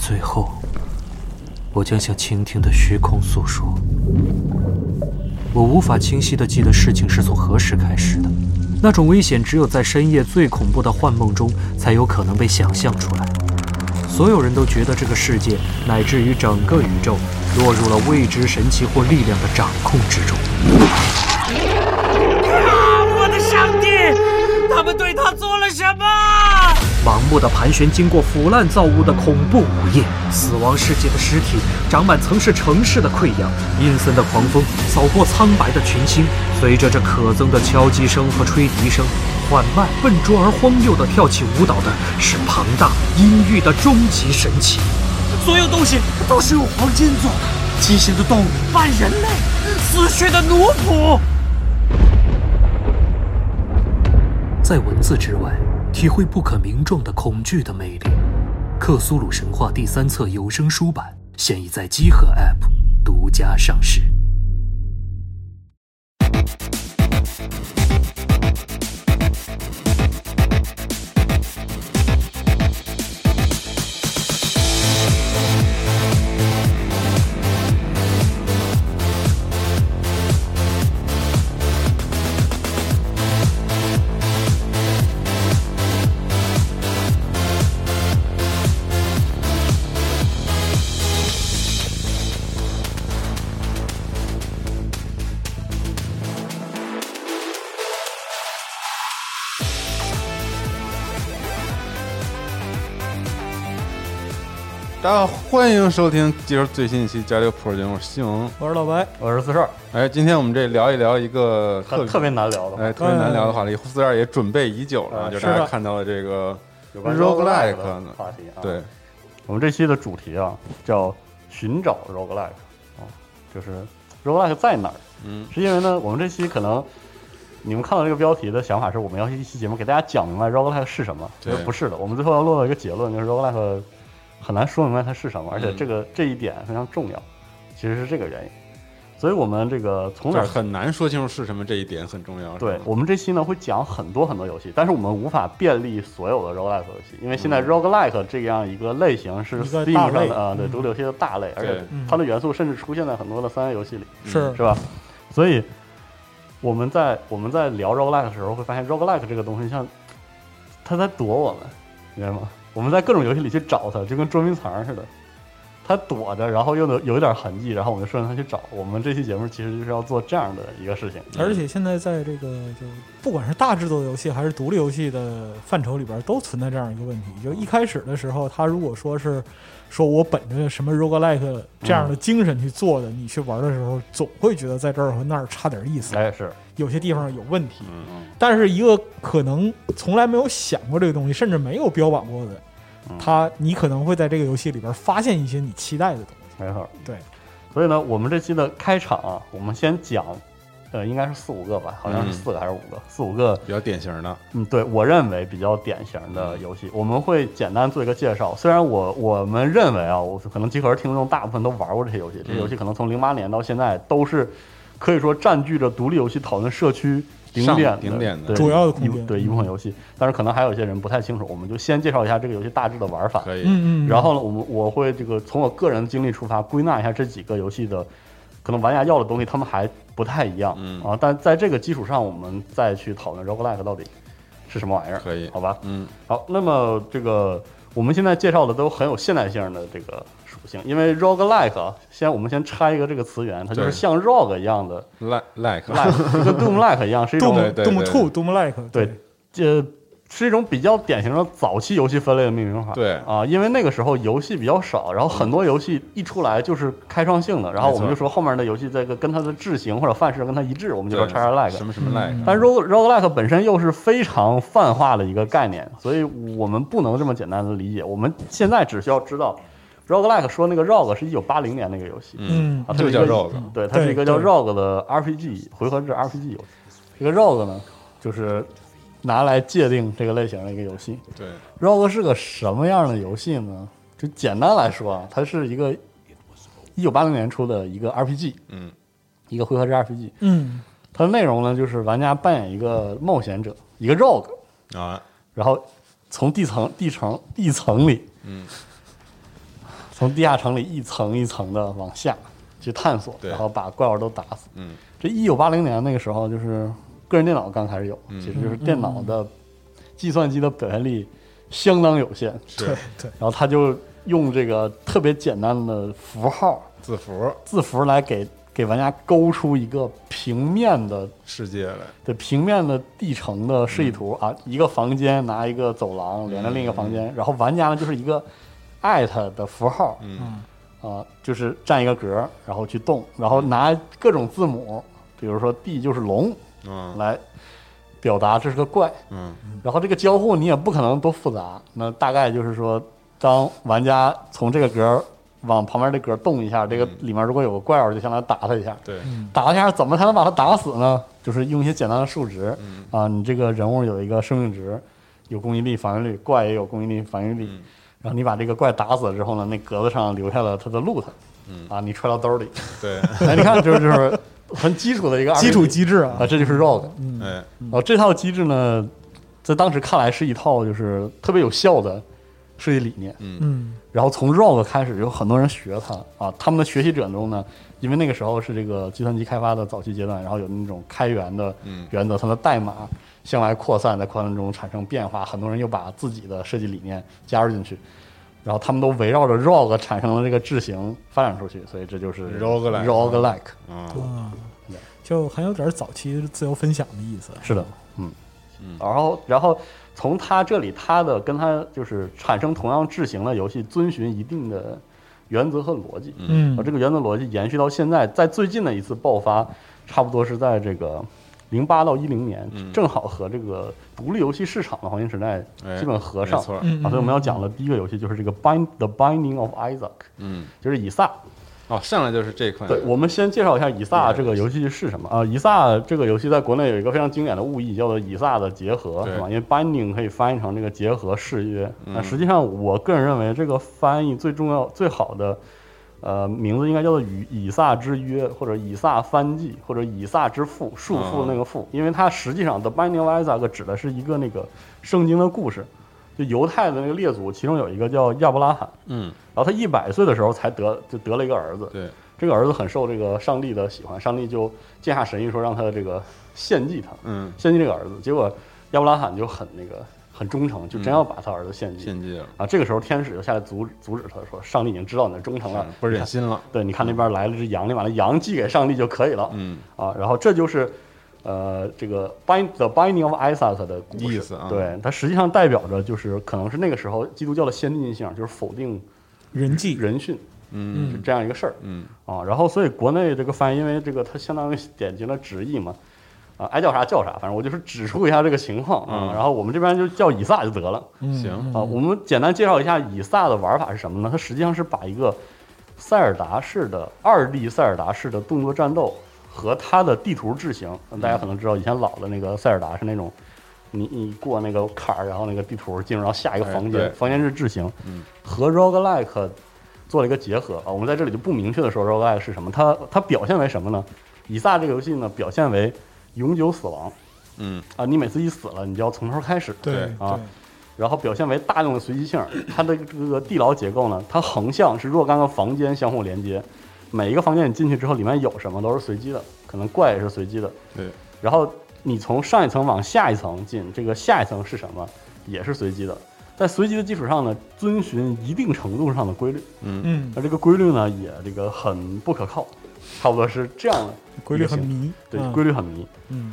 最后，我将向倾听的虚空诉说。我无法清晰地记得事情是从何时开始的，那种危险只有在深夜最恐怖的幻梦中才有可能被想象出来。所有人都觉得这个世界乃至于整个宇宙落入了未知神奇或力量的掌控之中。啊！我的上帝，他们对他做了什么？盲目的盘旋，经过腐烂造物的恐怖午夜，死亡世界的尸体长满曾是城市的溃疡，阴森的狂风扫过苍白的群星，随着这可憎的敲击声和吹笛声，缓慢、笨拙而荒谬地跳起舞蹈的是庞大阴郁的终极神奇。所有东西都是用黄金做的，畸形的动物、半人类、死去的奴仆。在文字之外，体会不可名状的恐惧的魅力。《克苏鲁神话》第三册有声书版现已在积禾 App 独家上市。大家好，欢迎收听接受最新一期《加六普尔节目》，我是西蒙。我是老白，我是四十二，哎，今天我们这聊一聊一个特特特别难聊的，嗯哎特别难聊的话题，四十二也准备已久了，哎就是大家的看到了这个有关 roguelike 的呢，话题啊。，对，我们这期的主题啊叫寻找 roguelike 啊，就是 roguelike 在哪儿？嗯，是因为呢，我们这期可能你们看到这个标题的想法是，我们要一期节目给大家讲明白 roguelike 是什么，其对实不是的。我们最后要落到一个结论，就是 roguelike 很难说明白它是什么，而且这嗯个这一点非常重要，其实是这个原因。所以我们这个从就哪是儿嗯很难说清楚是什么，这一点很重要。是对吧我们这期呢会讲很多很多游戏，但是我们无法便利所有的 roguelike 游戏，因为现在 roguelike 这样一个类型是一个 Steam 大上类的啊，对嗯独立游戏的大类，而且嗯它的元素甚至出现在很多的三 A 游戏里，嗯是是吧？所以我们在我们在聊 roguelike 的时候会发现 roguelike 这个东西像它在躲我们，明白吗？我们在各种游戏里去找它，就跟捉迷藏似的。它躲着，然后又能有一点痕迹，然后我们就顺着它去找。我们这期节目其实就是要做这样的一个事情，而且现在在这个就不管是大制作游戏还是独立游戏的范畴里边，都存在这样一个问题。就一开始的时候，他如果说是说我本着什么 roguelike 这样的精神去做的，你去玩的时候，总会觉得在这儿和那儿差点意思，哎是，有些地方有问题。嗯嗯但是一个可能从来没有想过这个东西，甚至没有标榜过的嗯，他你可能会在这个游戏里边发现一些你期待的东西。没错，对。所以呢，我们这期的开场啊，我们先讲，呃，应该是四五个吧，好像嗯是四个还是五个，四五个，比较典型的，嗯，对我认为比较典型的游戏，我们会简单做一个介绍。虽然我我们认为啊，我可能集合听众大部分都玩过这些游嗯戏，这些游戏可能从零八年到现在都是可以说占据着独立游戏讨论社区顶上点的顶点的对主要的空一间对一部分游戏，但是可能还有一些人不太清楚，我们就先介绍一下这个游戏大致的玩法。可以，嗯嗯。然后呢，我们我会这个从我个人的经历出发，归纳一下这几个游戏的可能玩家要的东西，他们还不太一样、嗯啊。但在这个基础上，我们再去讨论 roguelike 到底是什么玩意儿，可以好吧？嗯，好，那么这个我们现在介绍的都很有现代性的这个属性，因为 roguelike 啊先我们先拆一个这个词源，它就是对像 rog 一样的 like like， like，就跟 doomlike 一样，是一种对 Doom 对 Doom Two Doom Like 对，这是一种比较典型的早期游戏分类的命名法。对啊，因为那个时候游戏比较少，然后很多游戏一出来就是开创性的，然后我们就说后面的游戏这个跟它的制型或者范式跟它一致，我们就说叉叉 like 什。么什么 like，啊但 rogue roguelike 本身又是非常泛化的一个概念，所以我们不能这么简单的理解。我们现在只需要知道，roguelike 说那个 rogue 是一九八零年那个游戏，嗯啊，它就是一叫个 rogue，对，它是一个对叫对 ROG 的 RPG 回合制 RPG 游戏。这个 ROG 呢，就是拿来界定这个类型的一个游戏。对， ROG 是个什么样的游戏呢？就简单来说啊，它是一个一九八零年出的一个 RPG，嗯一个回合制 RPG。嗯，它的内容呢，就是玩家扮演一个冒险者，一个 ROG，啊，然后从地层、地层、地层里，嗯，从地下城里一层一层的往下去探索，对然后把怪物都打死。嗯，这一九八零年那个时候，就是个人电脑刚开始有，嗯其实就是电脑的计算机的表现力相当有限，是对对，然后他就用这个特别简单的符号字符字符来给给玩家勾出一个平面的世界来，对平面的地城的示嗯意图、啊，一个房间拿一个走廊连着另一个房间，然后玩家呢就是一个艾特的符号，嗯啊，就是占一个格，然后去动，然后拿各种字母，比如说 D 就是龙嗯来表达这是个怪，嗯然后这个交互你也不可能多复杂，那大概就是说，当玩家从这个格往旁边的格动一下，这个里面如果有个怪物，就相当于打他一下，嗯对，打他一下怎么才能把他打死呢？就是用一些简单的数值嗯啊，你这个人物有一个生命值，有攻击力、防御力，怪也有攻击力、防御力，嗯然后你把这个怪打死了之后呢，那格子上留下了他的 loot，嗯啊，你揣到兜里， 对，哎，你看就是就是很基础的一个 基础 RPG 机制嗯啊啊，，这就是 rogue。哎，然后这套机制呢，在当时看来是一套就是特别有效的设计理念。嗯，然后从 ROG 开始，有很多人学它啊。他们的学习者中呢，因为那个时候是这个计算机开发的早期阶段，然后有那种开源的嗯原则，它的代码向外扩散，在扩散中产生变化，很多人又把自己的设计理念加入进去。然后他们都围绕着 ROG 产生了这个制型发展出去，所以这就是 Roguelike roguelike 嗯啊，就很有点早期自由分享的意思。是的，嗯嗯然后然后从他这里，他的跟他就是产生同样制型的游戏，遵循一定的原则和逻辑。嗯啊而，这个原则逻辑延续到现在，在最近的一次爆发，差不多是在这个零八到一零年，嗯正好和这个独立游戏市场的黄金时代哎基本合没上。错，嗯啊，所以我们要讲的第一个游戏就是这个《Bind the Binding of Isaac》，嗯，就是以撒。哦，上来就是这款，对，我们先介绍一下以撒这个游戏是什么啊？以撒这个游戏在国内有一个非常经典的误译，叫做以撒的结合，对是吧？因为 binding 可以翻译成这个结合誓约，嗯但实际上我个人认为这个翻译最重要、最好的呃名字应该叫做以以撒之约，或者以撒翻记，或者以撒之父，束缚那个父，嗯因为它实际上 the binding of Isaac 指的是一个那个圣经的故事，就犹太的那个列祖，其中有一个叫亚伯拉罕。嗯，然后他一百岁的时候才得就得了一个儿子，对，这个儿子很受这个上帝的喜欢，上帝就降下神意说让他这个献祭他，嗯，献祭这个儿子。结果亚伯拉罕就很那个很忠诚，就真要把他儿子献祭。嗯献祭了，啊，这个时候天使就下来阻止阻止他说，上帝已经知道你的忠诚了，不忍心了，对，你看那边来了只羊，你把那羊寄给上帝就可以了。嗯，啊，然后这就是呃这个 bind the binding of Isaac 的故事意思啊对，它实际上代表着就是可能是那个时候基督教的先进性，就是否定人际，人训，嗯是这样一个事儿。嗯啊，然后所以国内这个翻译，因为这个它相当于典型的直译嘛，啊，爱叫啥叫啥，反正我就是指出一下这个情况啊。嗯然后我们这边就叫以撒就得了行，啊。我们简单介绍一下以撒的玩法是什么呢？它实际上是把一个塞尔达式的二 D 塞尔达式的动作战斗和它的地图制型，大嗯家可能知道以前老的那个塞尔达是那种。你你过那个坎儿，然后那个地图进入到下一个哎房间，对房间是制型，嗯和 roguelike 做了一个结合啊。我们在这里就不明确的说 roguelike 是什么，它它表现为什么呢？以撒这个游戏呢，表现为永久死亡嗯啊，你每次一死了，你就要从头开始。对对啊然后表现为大量的随机性，它的这个地牢结构呢，它横向是若干个房间相互连接，每一个房间你进去之后，里面有什么都是随机的，可能怪也是随机的。对，然后你从上一层往下一层进，这个下一层是什么，也是随机的。在随机的基础上呢，遵循一定程度上的规律，嗯嗯，而这个规律呢，也这个很不可靠，差不多是这样的。规律很迷，对，嗯规律很迷。嗯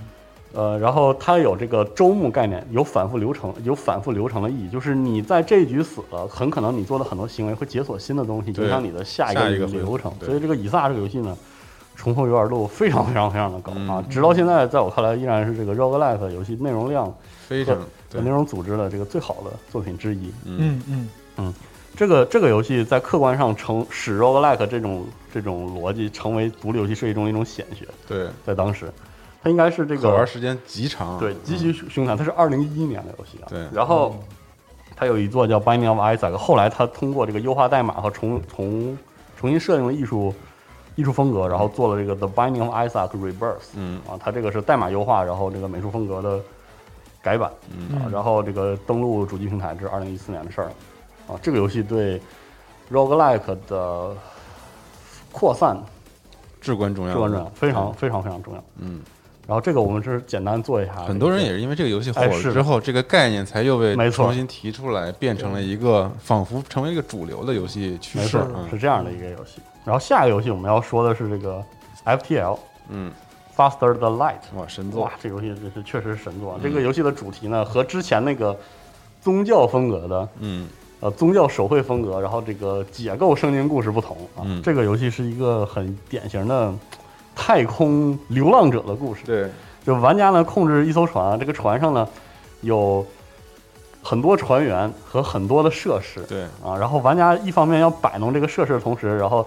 呃，然后它有这个周目概念，有反复流程，有反复流程的意义，就是你在这一局死了，很可能你做的很多行为会解锁新的东西，对影响你的下一下个一个回合流程。对所以这个以撒这个游戏呢，重复游玩度非常非常非常的高、嗯啊，直到现在，在我看来依然是这个 roguelike 游戏内容量非常和对内，容组织的这个最好的作品之一。嗯嗯嗯，这个这个游戏在客观上成使 roguelike 这种这种逻辑成为独立游戏设计中的一种显学，对，在当时，它应该是这个可玩时间极长，对，极其凶残。它是二零一一年的游戏啊。啊对然后它有一座叫《Binding of Isaac》，后来它通过这个优化代码和重重重新设定了艺术艺术风格，然后做了这个《The Binding of Isaac Rebirth》。嗯啊，它这个是代码优化，然后这个美术风格的改版。嗯啊，然后这个登陆主机平台，这是二零一四年的事儿了。啊，这个游戏对 roguelike 的扩散至关重要，至关重要，非常非常非常重要。嗯，然后这个我们是简单做一下，很多人也是因为这个游戏火哎了是的之后，这个概念才又被没错重新提出来，变成了一个仿佛成为一个主流的游戏趋没势错。嗯是这样的一个游戏。然后下一个游戏我们要说的是这个 FTL 嗯， Faster the Light，哇，神作嗯哇！，这游戏这是确实是神作啊。这个游戏的主题呢和之前那个宗教风格的嗯呃宗教手绘风格，然后这个解构圣经故事不同啊。嗯这个游戏是一个很典型的太空流浪者的故事。对，就玩家呢控制一艘船，这个船上呢有很多船员和很多的设施。对啊，然后玩家一方面要摆弄这个设施的同时，然后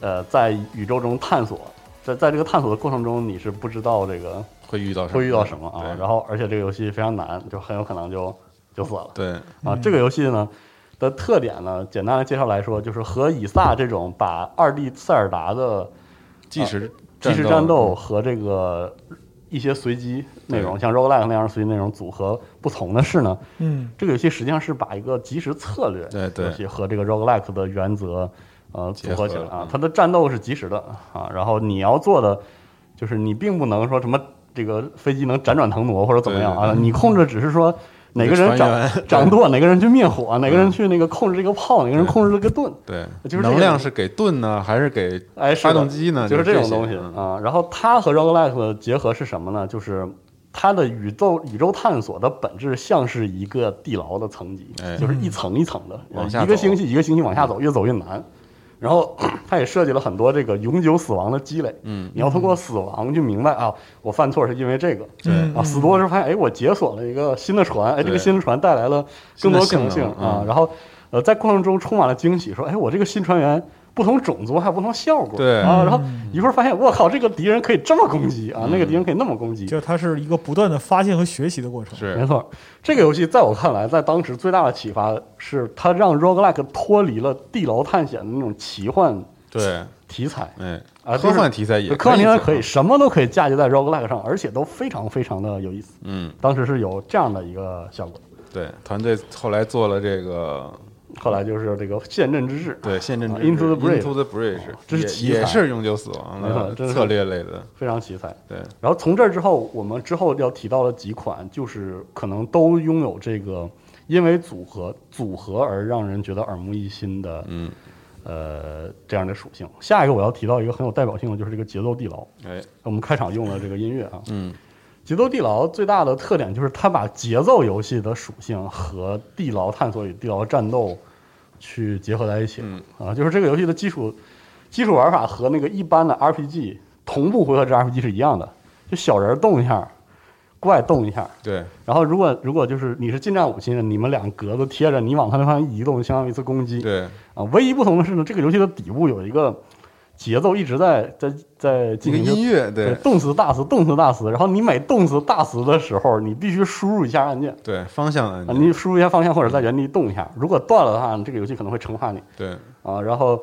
呃在宇宙中探索，在在这个探索的过程中，你是不知道这个会遇到什么？会遇到什么啊。然后后而且这个游戏非常难，就很有可能就就死了。对，啊，这个游戏呢的特点呢，简单的介绍来说，就是和以撒这种把二 D 塞尔达的即时即时战战嗯斗，和这个一些随机内容，对像 roguelike 那样的随机内容组合不同的是呢，嗯，这个游戏实际上是把一个即时策略对对游戏和这个 roguelike 的原则呃组合起来结合了啊嗯，它的战斗是即时的啊，然后你要做的就是你并不能说什么这个飞机能辗转腾挪或者怎么样啊，你控制只是说。哪个人你的掌船员嗯 掌舵，哪个人去灭火，哪个人去那个控制这个炮，哪个人控制这个盾，对，就是这个能量是给盾呢，还是给哎，是的发动机呢？就是这种东西些嗯啊。然后它和 roguelike 的结合是什么呢？就是它的宇宙宇宙探索的本质像是一个地牢的层级，哎嗯就是一层一层的，往下一个走嗯星系一个星系往下走，越走越难。然后 它也设计了很多这个永久死亡的积累，嗯，你要通过死亡去明白啊，我犯错是因为这个，对嗯啊，死多的时候发现，哎，我解锁了一个新的船，哎，这个对新的船带来了更多可新的能性性能啊嗯，然后呃，在过程中充满了惊喜，说，哎，我这个新船员不同种族还有不同效果，对啊，然后一会儿发现，我靠，这个敌人可以这么攻击啊，那个敌人可以那么攻击，就它是一个不断的发现和学习的过程。没是错，这个游戏在我看来，在当时最大的启发是它让 roguelike 脱离了地牢探险的那种奇幻对，题材。哎啊，科幻题材也对科幻题材可以，走什么都可以嫁接在 roguelike 上，而且都非常非常的有意思。嗯，当时是有这样的一个效果，对，团队后来做了这个后来就是这个陷阵之治，对陷阵啊之 Into the Breach Into the Bridge，这是也题材也是永久死亡没错的这是策略类的，非常奇才。对，然后从这儿之后，我们之后要提到的几款，就是可能都拥有这个因为组合组合而让人觉得耳目一新的，嗯，呃，这样的属性。下一个我要提到一个很有代表性的，就是这个节奏地牢。哎，我们开场用了这个音乐啊，嗯，节奏地牢最大的特点就是它把节奏游戏的属性和地牢探索与地牢战斗去结合在一起，嗯啊，就是这个游戏的基础基础玩法和那个一般的 RPG 同步回合制 RPG 是一样的，就小人动一下，怪动一下，对，然后如果如果就是你是近战武器呢，你们两格子贴着，你往他那方向移动，相当于一次攻击，对，啊，唯一不同的是呢，这个游戏的底部有一个节奏一直在在在一进个行就音乐，对，对动词大词，动词大词。然后你每动词大词的时候，你必须输入一下按键对，方向啊，按键，你输入一下方向或者在原地动一下。如果断了的话，这个游戏可能会惩罚你对，啊。然后，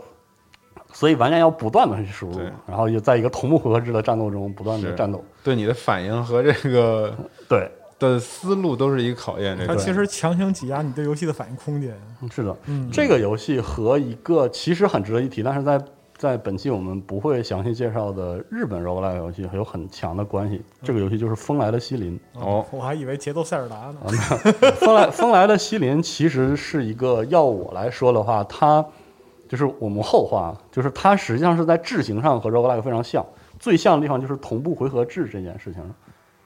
所以玩家要不断的去输入对，然后也在一个同步回合制的战斗中不断的是战斗。对你的反应和这个对，的思路都是一个考验，这它个其实强行挤压你对游戏的反应空间。是的，嗯这个游戏和一个其实很值得一提，但是在在本期我们不会详细介绍的日本 roguelike 游戏有很强的关系。这个游戏就是《风来的西林》。哦，我还以为节奏塞尔达 呢。 风来风来的西林其实是一个，要我来说的话，它就是我们后话，就是它实际上是在制型上和 roguelike 非常像，最像的地方就是同步回合制这件事情上。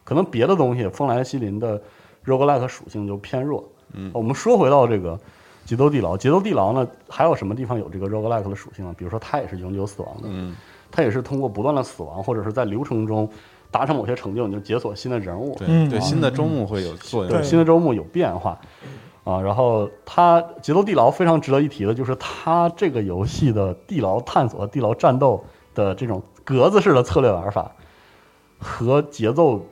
可能别的东西，风来的西林的 roguelike 属性就偏弱。嗯，我们说回到这个节奏地牢，节奏地牢呢，还有什么地方有这个 roguelike 的属性呢？比如说，它也是永久死亡的，嗯，它也是通过不断的死亡或者是在流程中达成某些成就，你就解锁新的人物。对嗯对，新的周末会有作对，对用，新的周末有变化啊。然后它《节奏地牢》非常值得一提的就是它这个游戏的地牢探索、地牢战斗的这种格子式的策略玩法和节奏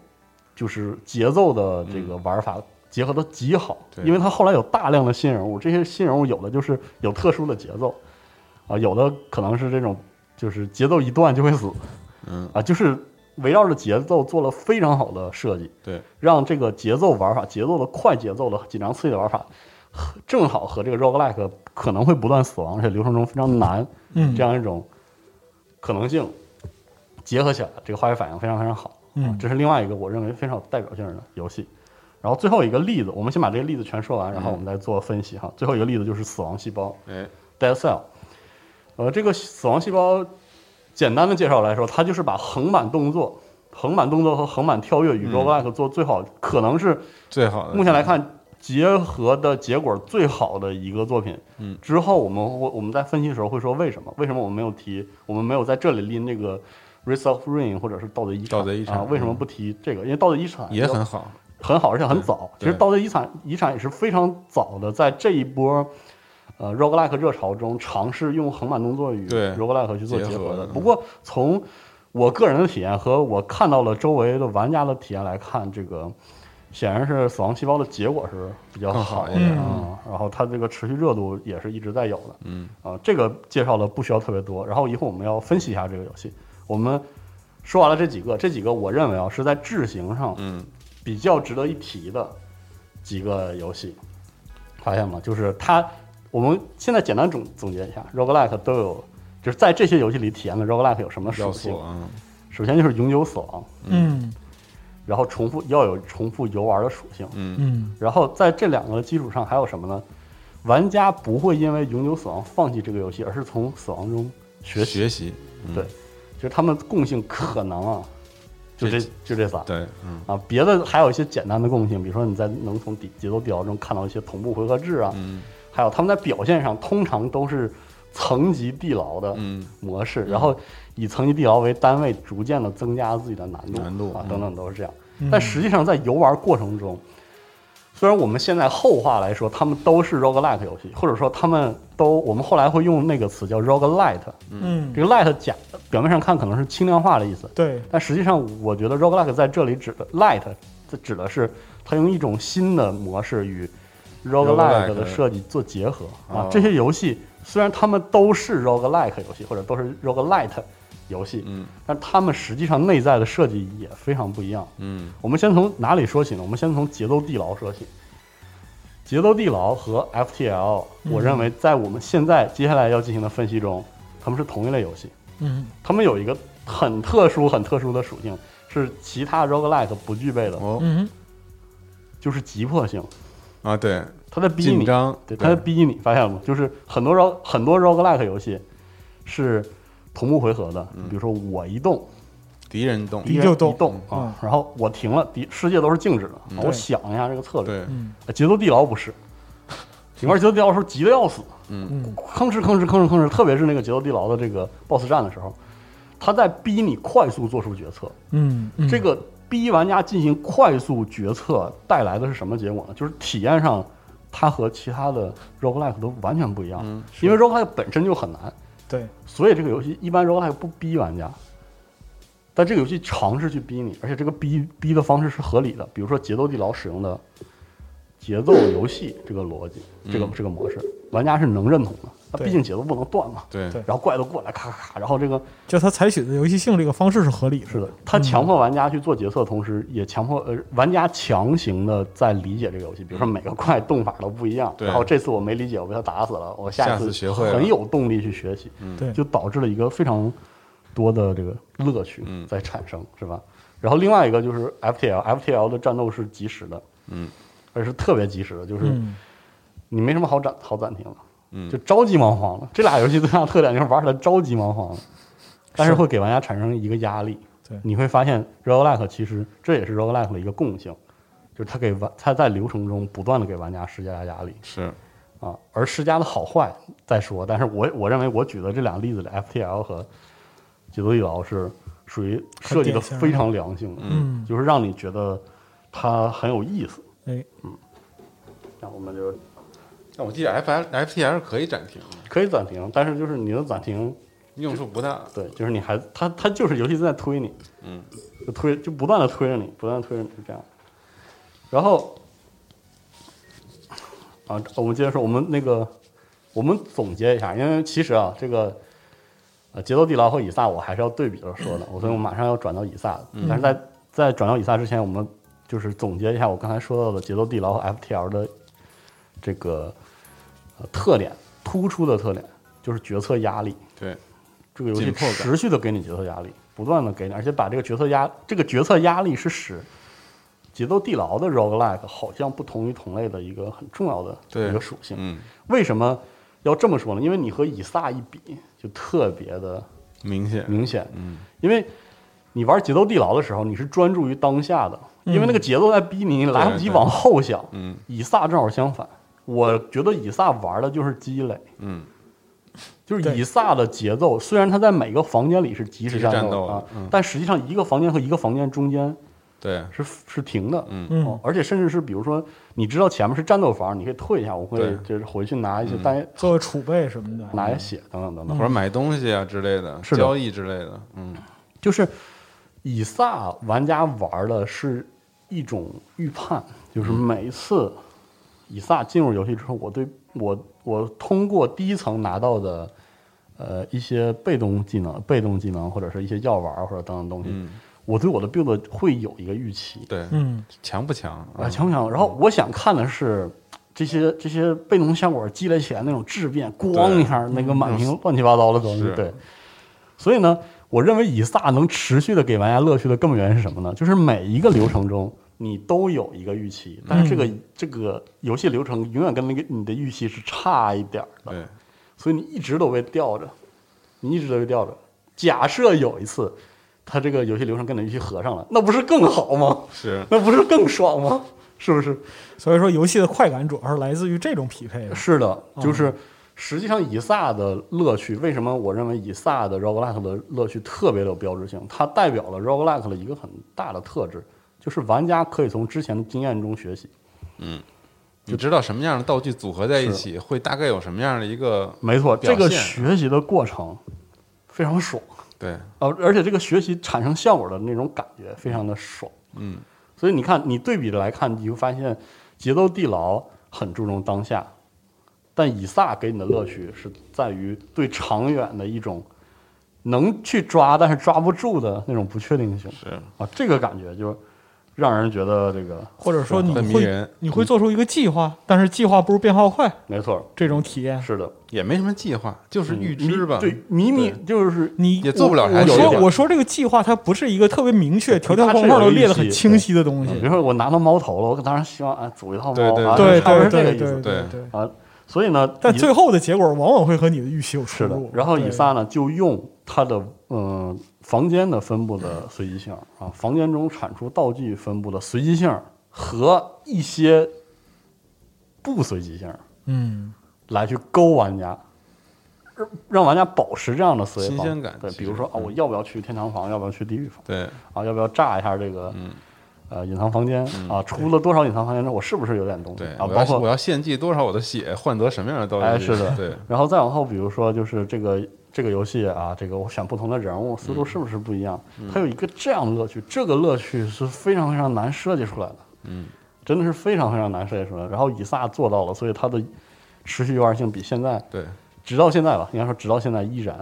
就是节奏的这个玩法。结合的极好，对因为它后来有大量的新人物，这些新人物有的就是有特殊的节奏，啊，有的可能是这种就是节奏一断就会死，嗯啊，就是围绕着节奏做了非常好的设计，对，让这个节奏玩法、节奏的快节奏的紧张刺激的玩法和正好和这个 roguelike 可能会不断死亡，而且流程中非常难嗯，这样一种可能性结合起来，这个化学反应非常非常好。嗯这是另外一个我认为非常有代表性的游戏。然后最后一个例子，我们先把这个例子全说完，然嗯后我们再做分析哈。最后一个例子就是死亡细胞哎， （Dead Cell）。呃，这个死亡细胞，简单的介绍来说，它就是把横版动作、横版动作和横版跳跃与嗯 roguelike 做最好，可能是最好的。目前来看结合的结果最好的一个作品。嗯，之后我们我我们在分析的时候会说为什么？为什么我们没有提？我们没有在这里拎那个 Race of Rain 或者是盗贼遗产？盗贼遗产嗯啊，为什么不提这个？因为盗贼遗产也很好，很好，而且很早。其对实盗贼遗产遗产也是非常早的，在这一波。呃，roguelike 热潮中尝试用横版动作与对 roguelike 去做结结合合的。嗯不过，从我个人的体验和我看到了周围的玩家的体验来看，这个显然是死亡细胞的结果是比较更好好的一点嗯啊、然后它这个持续热度也是一直在有的。嗯，啊，这个介绍的不需要特别多。然后一会儿我们要分析一下这个游戏。我们说完了这几个，这几个我认为啊是在制型上嗯，比较值得一提的几个游戏，发现吗？就是它，我们现在简单总总结一下，roguelike 都有，就是在这些游戏里体验的 roguelike 有什么属要性素？啊，首先就是永久死亡，嗯然后重复要有重复游玩的属性，嗯嗯然后在这两个基础上还有什么呢？玩家不会因为永久死亡放弃这个游戏，而是从死亡中学习。学习，嗯对就是他们共性可能啊，就这这就这仨对，嗯啊，别的还有一些简单的共性，比如说你在能从底节奏地牢中看到一些同步回合制啊，嗯还有他们在表现上通常都是层级地牢的嗯，模式，然后以层级地牢为单位，逐渐的增加自己的难度难度啊嗯等等都是这样。嗯但实际上在游玩过程中，虽然我们现在后话来说，他们都是 roguelike 游戏，或者说他们都我们后来会用那个词叫 roguelite，嗯这个 light 假表面上看可能是轻量化的意思，对但实际上我觉得 roguelike 在这里指的 light，这指的是它用一种新的模式与 roguelike roguelike 的设计做结合啊哦。这些游戏虽然他们都是 roguelike 游戏或者都是 roguelite 游戏，嗯但他们实际上内在的设计也非常不一样。嗯我们先从哪里说起呢？我们先从节奏地牢说起。节奏地牢和 FTL，嗯我认为在我们现在接下来要进行的分析中，他们是同一类游戏。嗯他们有一个很特殊、很特殊的属性，是其他 roguelike 不具备的，哦嗯就是急迫性。啊，对，他在逼紧你，张，对，他在逼你，发现了吗？就是很多 rog 很多 roguelike 游戏是同步回合的，嗯比如说我一动，敌人动，敌就动嗯一动啊，然后我停了，敌世界都是静止的，啊我对想一下这个策略。嗯哎对，嗯节奏地牢 不是，你玩节奏地牢的时候急得要死，嗯吭哧吭哧吭哧吭哧，特别是那个节奏地牢的这个 BOSS 战的时候，他在逼你快速做出决策。嗯嗯，这个逼玩家进行快速决策带来的是什么结果呢？就是体验上，它和其他的 roguelike 都完全不一样，嗯因为 roguelike 本身就很难，对所以这个游戏一般 roguelike 不逼玩家，但这个游戏尝试去逼你，而且这个逼逼的方式是合理的，比如说节奏地牢使用的节奏游戏这个逻辑，这个这个模式，玩家是能认同的，那对毕竟节奏不能断嘛。对对然后怪都过来，咔咔咔，然后这个就他采取的游戏性这个方式是合理的，是的，他强迫玩家去做决策，同时也强迫呃玩家强行的在理解这个游戏。比如说每个怪动法都不一样，嗯对然后这次我没理解，我被他打死了，我下次次学会了嗯很有动力去学习，对，就导致了一个非常多的这个乐趣嗯在产生，是吧？然后另外一个就是 FTL，FTL 的战斗是及时的，嗯，而是特别及时的，就是嗯你没什么好暂好暂停了，嗯就着急忙慌了。这俩游戏最大的特点就是玩起来着急忙慌了，但是是会给玩家产生一个压力。对你会发现 roguelike 其实这也是 roguelike 的一个共性，就是它给玩它在流程中不断的给玩家施加压力是，啊。而施加的好坏再说，但是我我认为我举的这两个例子里，FTL 和节奏地牢是属于设计的很典型的非常良性的，嗯就是让你觉得它很有意思。哎那我们就但我记得 F L F T L 可以暂停，可以暂停，但是就是你的暂停。用处不大，对，就是你还他他就是游戏在推你，嗯，就推就不断的推着你，不断的推着你，就这样。然后啊，我们接着说，我们那个我们总结一下，因为其实啊，这个呃节奏地牢和以撒我还是要对比着说的，我所以我马上要转到以撒，但是在在转到以撒之前，我们就是总结一下我刚才说到的节奏地牢和 FTL 的这个呃特点，突出的特点就是决策压力。对，这个游戏紧迫感持续的给你决策压力，不断的给你，而且把这个决策压这个决策压力是使节奏地牢的 roguelike 好像不同于同类的一个很重要的对一个属性。嗯，为什么要这么说呢？因为你和以撒一比，就特别的明显，明显。嗯，因为你玩节奏地牢的时候，你是专注于当下的，因为那个节奏在逼你，你来不及对往后想。嗯以撒正好相反，我觉得以撒玩的就是积累，嗯，就是对以撒的节奏，虽然他在每个房间里是即即时时战战斗的啊，嗯但实际上一个房间和一个房间中间对，是是停的，嗯嗯哦而且甚至是比如说，你知道前面是战斗房，你可以退一下，我会对就是回去拿一些嗯单、做储备什么的。拿一些血等嗯等等等，或者买东西啊之类的，是的交易之类的，嗯，就是以撒玩家玩的是一种预判，就是每一次以撒进入游戏之后，我对我我通过第一层拿到的呃一些被动技能、被动技能或者是一些药丸或者等等东西，嗯我对我的 build 会有一个预期，对，嗯，强不强？啊，嗯强不强？然后我想看的是。这些这些被动效果积累起来那种质变，咣对嗯一下，那个满屏乱七八糟的东西是，对。所以呢，我认为以撒能持续的给玩家乐趣的根本原因是什么呢？就是每一个流程中你都有一个预嗯期，但是这个、这个游戏流程永远跟那个你的预期是差一点儿的，对，所以你一直都被吊着，你一直都被吊着。假设有一次，它这个游戏流程跟你的预期合上了，那不是更好吗？ 是，那不是更爽吗？是不是？所以说游戏的快感主要是来自于这种匹配的。是的，就是实际上以撒的乐趣，为什么我认为以撒的 roguelike 的乐趣特别有标志性？它代表了 roguelike 的一个很大的特质，就是玩家可以从之前的经验中学习。你知道什么样的道具组合在一起会大概有什么样的一个没错，表这现个学习的过程非常爽，对，而哦而且这个学习产生效果的那种感觉非常的爽。嗯，所以你看，你对比着来看，你会发现节奏地牢很注重当下，但以撒给你的乐趣是在于对长远的一种能去抓但是抓不住的那种不确定性是啊，这个感觉就让人觉得这个或者说你很迷会人你会做出一个计划，但是计划不如变化快没错，这种体验。是的，也没什么计划，就是预知迷吧，嗯对，迷迷就是你也做不了啥我有一说点我说这个计划它不是一个特别明确条条它是框框有都一列得些很清晰的东西啊比。如说我拿到猫头了，我当然希望啊组一套猫，对对啊对差不对多是这个对意对思对对。啊，所以呢，但以最后的结果往往会和你的预期有出是的入。。然后以对撒呢，就用它的嗯房间的分布的随机性啊，房间中产出道具分布的随机性和一些不随机性嗯，来去勾玩家。让让玩家保持这样的思维新方式鲜感对，其比如实说啊，嗯我要不要去天堂房，要不要去地狱房对，啊，要不要炸一下这个嗯，呃隐藏房间啊？出了多少隐藏房间之后，我是不是有点东西对，啊？我包要括我要献祭多少我的血，换得什么样的道具？哎是的对，然后再往后，比如说就是这个这个游戏啊，这个我选不同的人物思嗯路是不是不一样？它有一个这样的乐趣，这个乐趣是非常非常难设计出来的，嗯，真的是非常非常难设计出来的。然后以撒做到了，所以它的持续游玩性比现在对，直到现在吧，应该说直到现在依然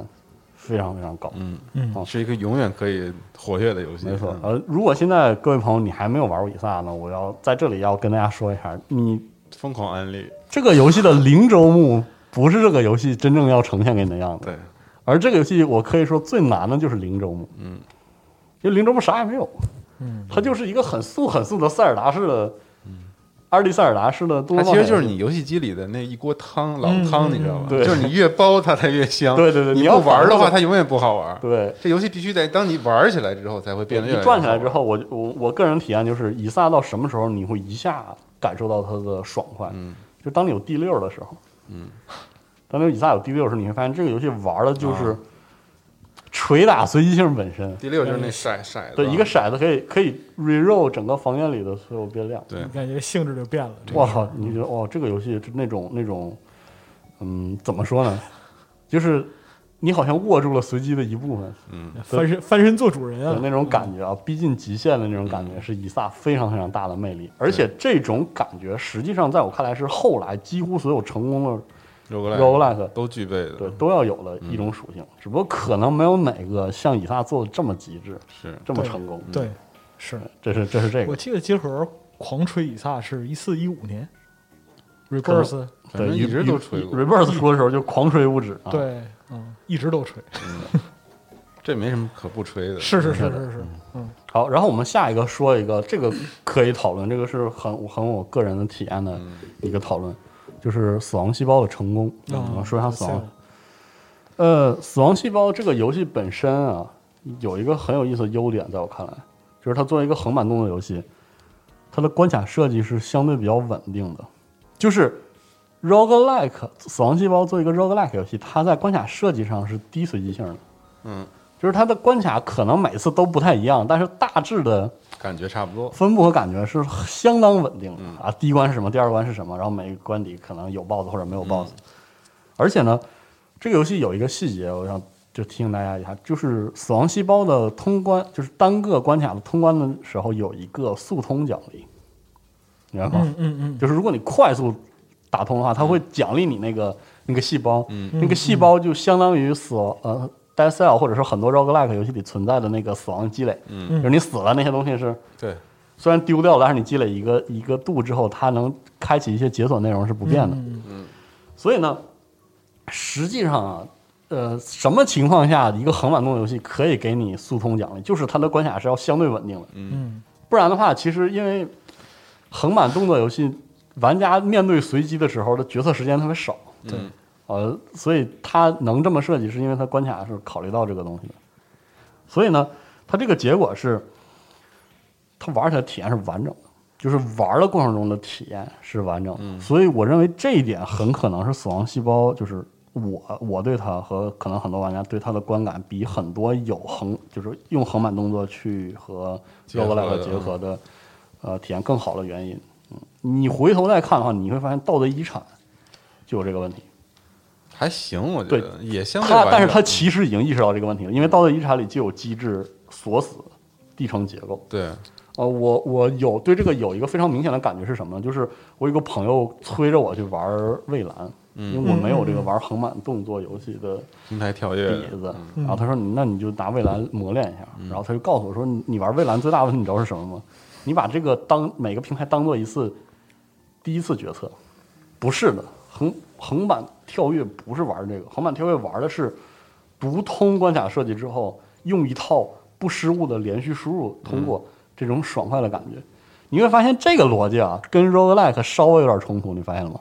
非常非常高。嗯嗯是一个永远可以活跃的游戏，没错，嗯呃，如果现在各位朋友你还没有玩过以撒呢，我要在这里要跟大家说一下，你疯狂安利，这个游戏的零周目不是这个游戏真正要呈现给你的样子。对，而这个游戏我可以说最难的就是零周目，嗯，因为零周目啥也没有，嗯，它就是一个很素很素的塞尔达式的，嗯，二 D 塞尔达式的动它作冒其险游实戏，就是你游戏机里的那一锅汤，老汤，你知道吧？对就是你越煲它才越香， 对对对你你不要玩的反复话，地它永远不好玩。对。这游戏必须得当你玩起来之后才会变得越你转起来好之玩，后，我就我我个人体验就是，以撒到什么时候你会一下感受到它的爽快？嗯，就当你有第六的时候，嗯，当你以撒有第六的时候，你会发现这个游戏玩的就是啊捶打随机性本身，第六就是那骰骰子，嗯对，一个骰子可以可以 reroll 整个房间里的所有变量，对你嗯感觉性质就变了。这我靠，你觉得哇，这个游戏是那种那种，嗯，怎么说呢？ 就是你好像握住了随机的一部分，翻身翻身做主人有嗯啊！那种感觉啊，逼近极限的那种感觉，是以撒非常非常大的魅嗯力。而且这种感觉，实际上在我看来是后来几乎所有成功的 roguelike roguelike 都具备的，对都要有的一种属嗯性，只不过可能没有哪个像以撒做的这么极致，是这么成功。对，是这是这是这我个记得集合狂吹以撒是一四一五年， Rebirth，反正对一直都与吹与过 Rebirth 出的时候就狂吹五指啊，，对，嗯，一直都吹，这没什么可不吹的。是是是是是，嗯好，然后我们下一个说一个，这个可以讨论，这个是很很我个人的体验的一个讨论，就是死亡细胞的成功。啊嗯，说一下死亡下。呃，死亡细胞这个游戏本身啊，有一个很有意思的优点，在我看来，就是它作为一个横版动作游戏，它的关卡设计是相对比较稳定的。就是 roguelike 死亡细胞作为一个 roguelike 游戏，它在关卡设计上是低随机性的。嗯，就是它的关卡可能每次都不太一样，但是大致的感觉差不多。分布和感觉是相当稳定嗯的啊。第一关是什么？第二关是什么？然后每个关底可能有 BOSS 或者没有 BOSS。而嗯且呢，这个游戏有一个细节，我想就提醒大家一下，就是死亡细胞的通关，就是单个关卡的通关的时候有一个速通奖励，明白吗？嗯嗯就是如果你快速打通的话，它会奖励你那个那个细胞，嗯那个细胞就相当于死亡呃 death cell 或者是很多 roguelike 游戏里存在的那个死亡积累，嗯就是你死了那些东西是对，虽然丢掉了，但是你积累一个一个度之后，它能开启一些解锁内容是不变的。嗯所以呢，实际上啊，呃，什么情况下一个横版动作游戏可以给你速通奖励？就是它的关卡是要相对稳定的，嗯不然的话，其实因为横版动作游戏，玩家面对随机的时候的决策时间特别少，对，呃，所以它能这么设计，是因为它关卡是考虑到这个东西的。所以呢，它这个结果是，它玩起来体验是完整的，就是玩的过程中的体验是完整的。嗯所以我认为这一点很可能是《死亡细胞》，就是我我对它和可能很多玩家对它的观感，比很多有横就是用横版动作去和结合 roguelike 的结合的呃体验更好的原因。嗯，你回头再看的话，你会发现《盗贼遗产》就有这个问题。还行，我觉得也相对他完整。但是他其实已经意识到这个问题了，因为《盗贼遗产》里就有机制锁死地层结构。对，呃，我我有对这个有一个非常明显的感觉是什么呢？就是我有个朋友催着我去玩蔚蓝，嗯因为我没有这个玩横版动作游戏的平台跳底跃，子。然后他说：“那你就拿蔚蓝磨练一下。”嗯然后他就告诉我说：“你你玩蔚蓝最大的问题你知道是什么吗？你把这个当每个平台当做一次第一次决策，不是的，横横版跳跃不是玩这个，横版跳跃玩的是读通关卡设计之后，用一套不失误的连续输入通过，这种爽快的感觉。”你会发现这个逻辑啊，跟 roguelike 稍微有点冲突，你发现了吗？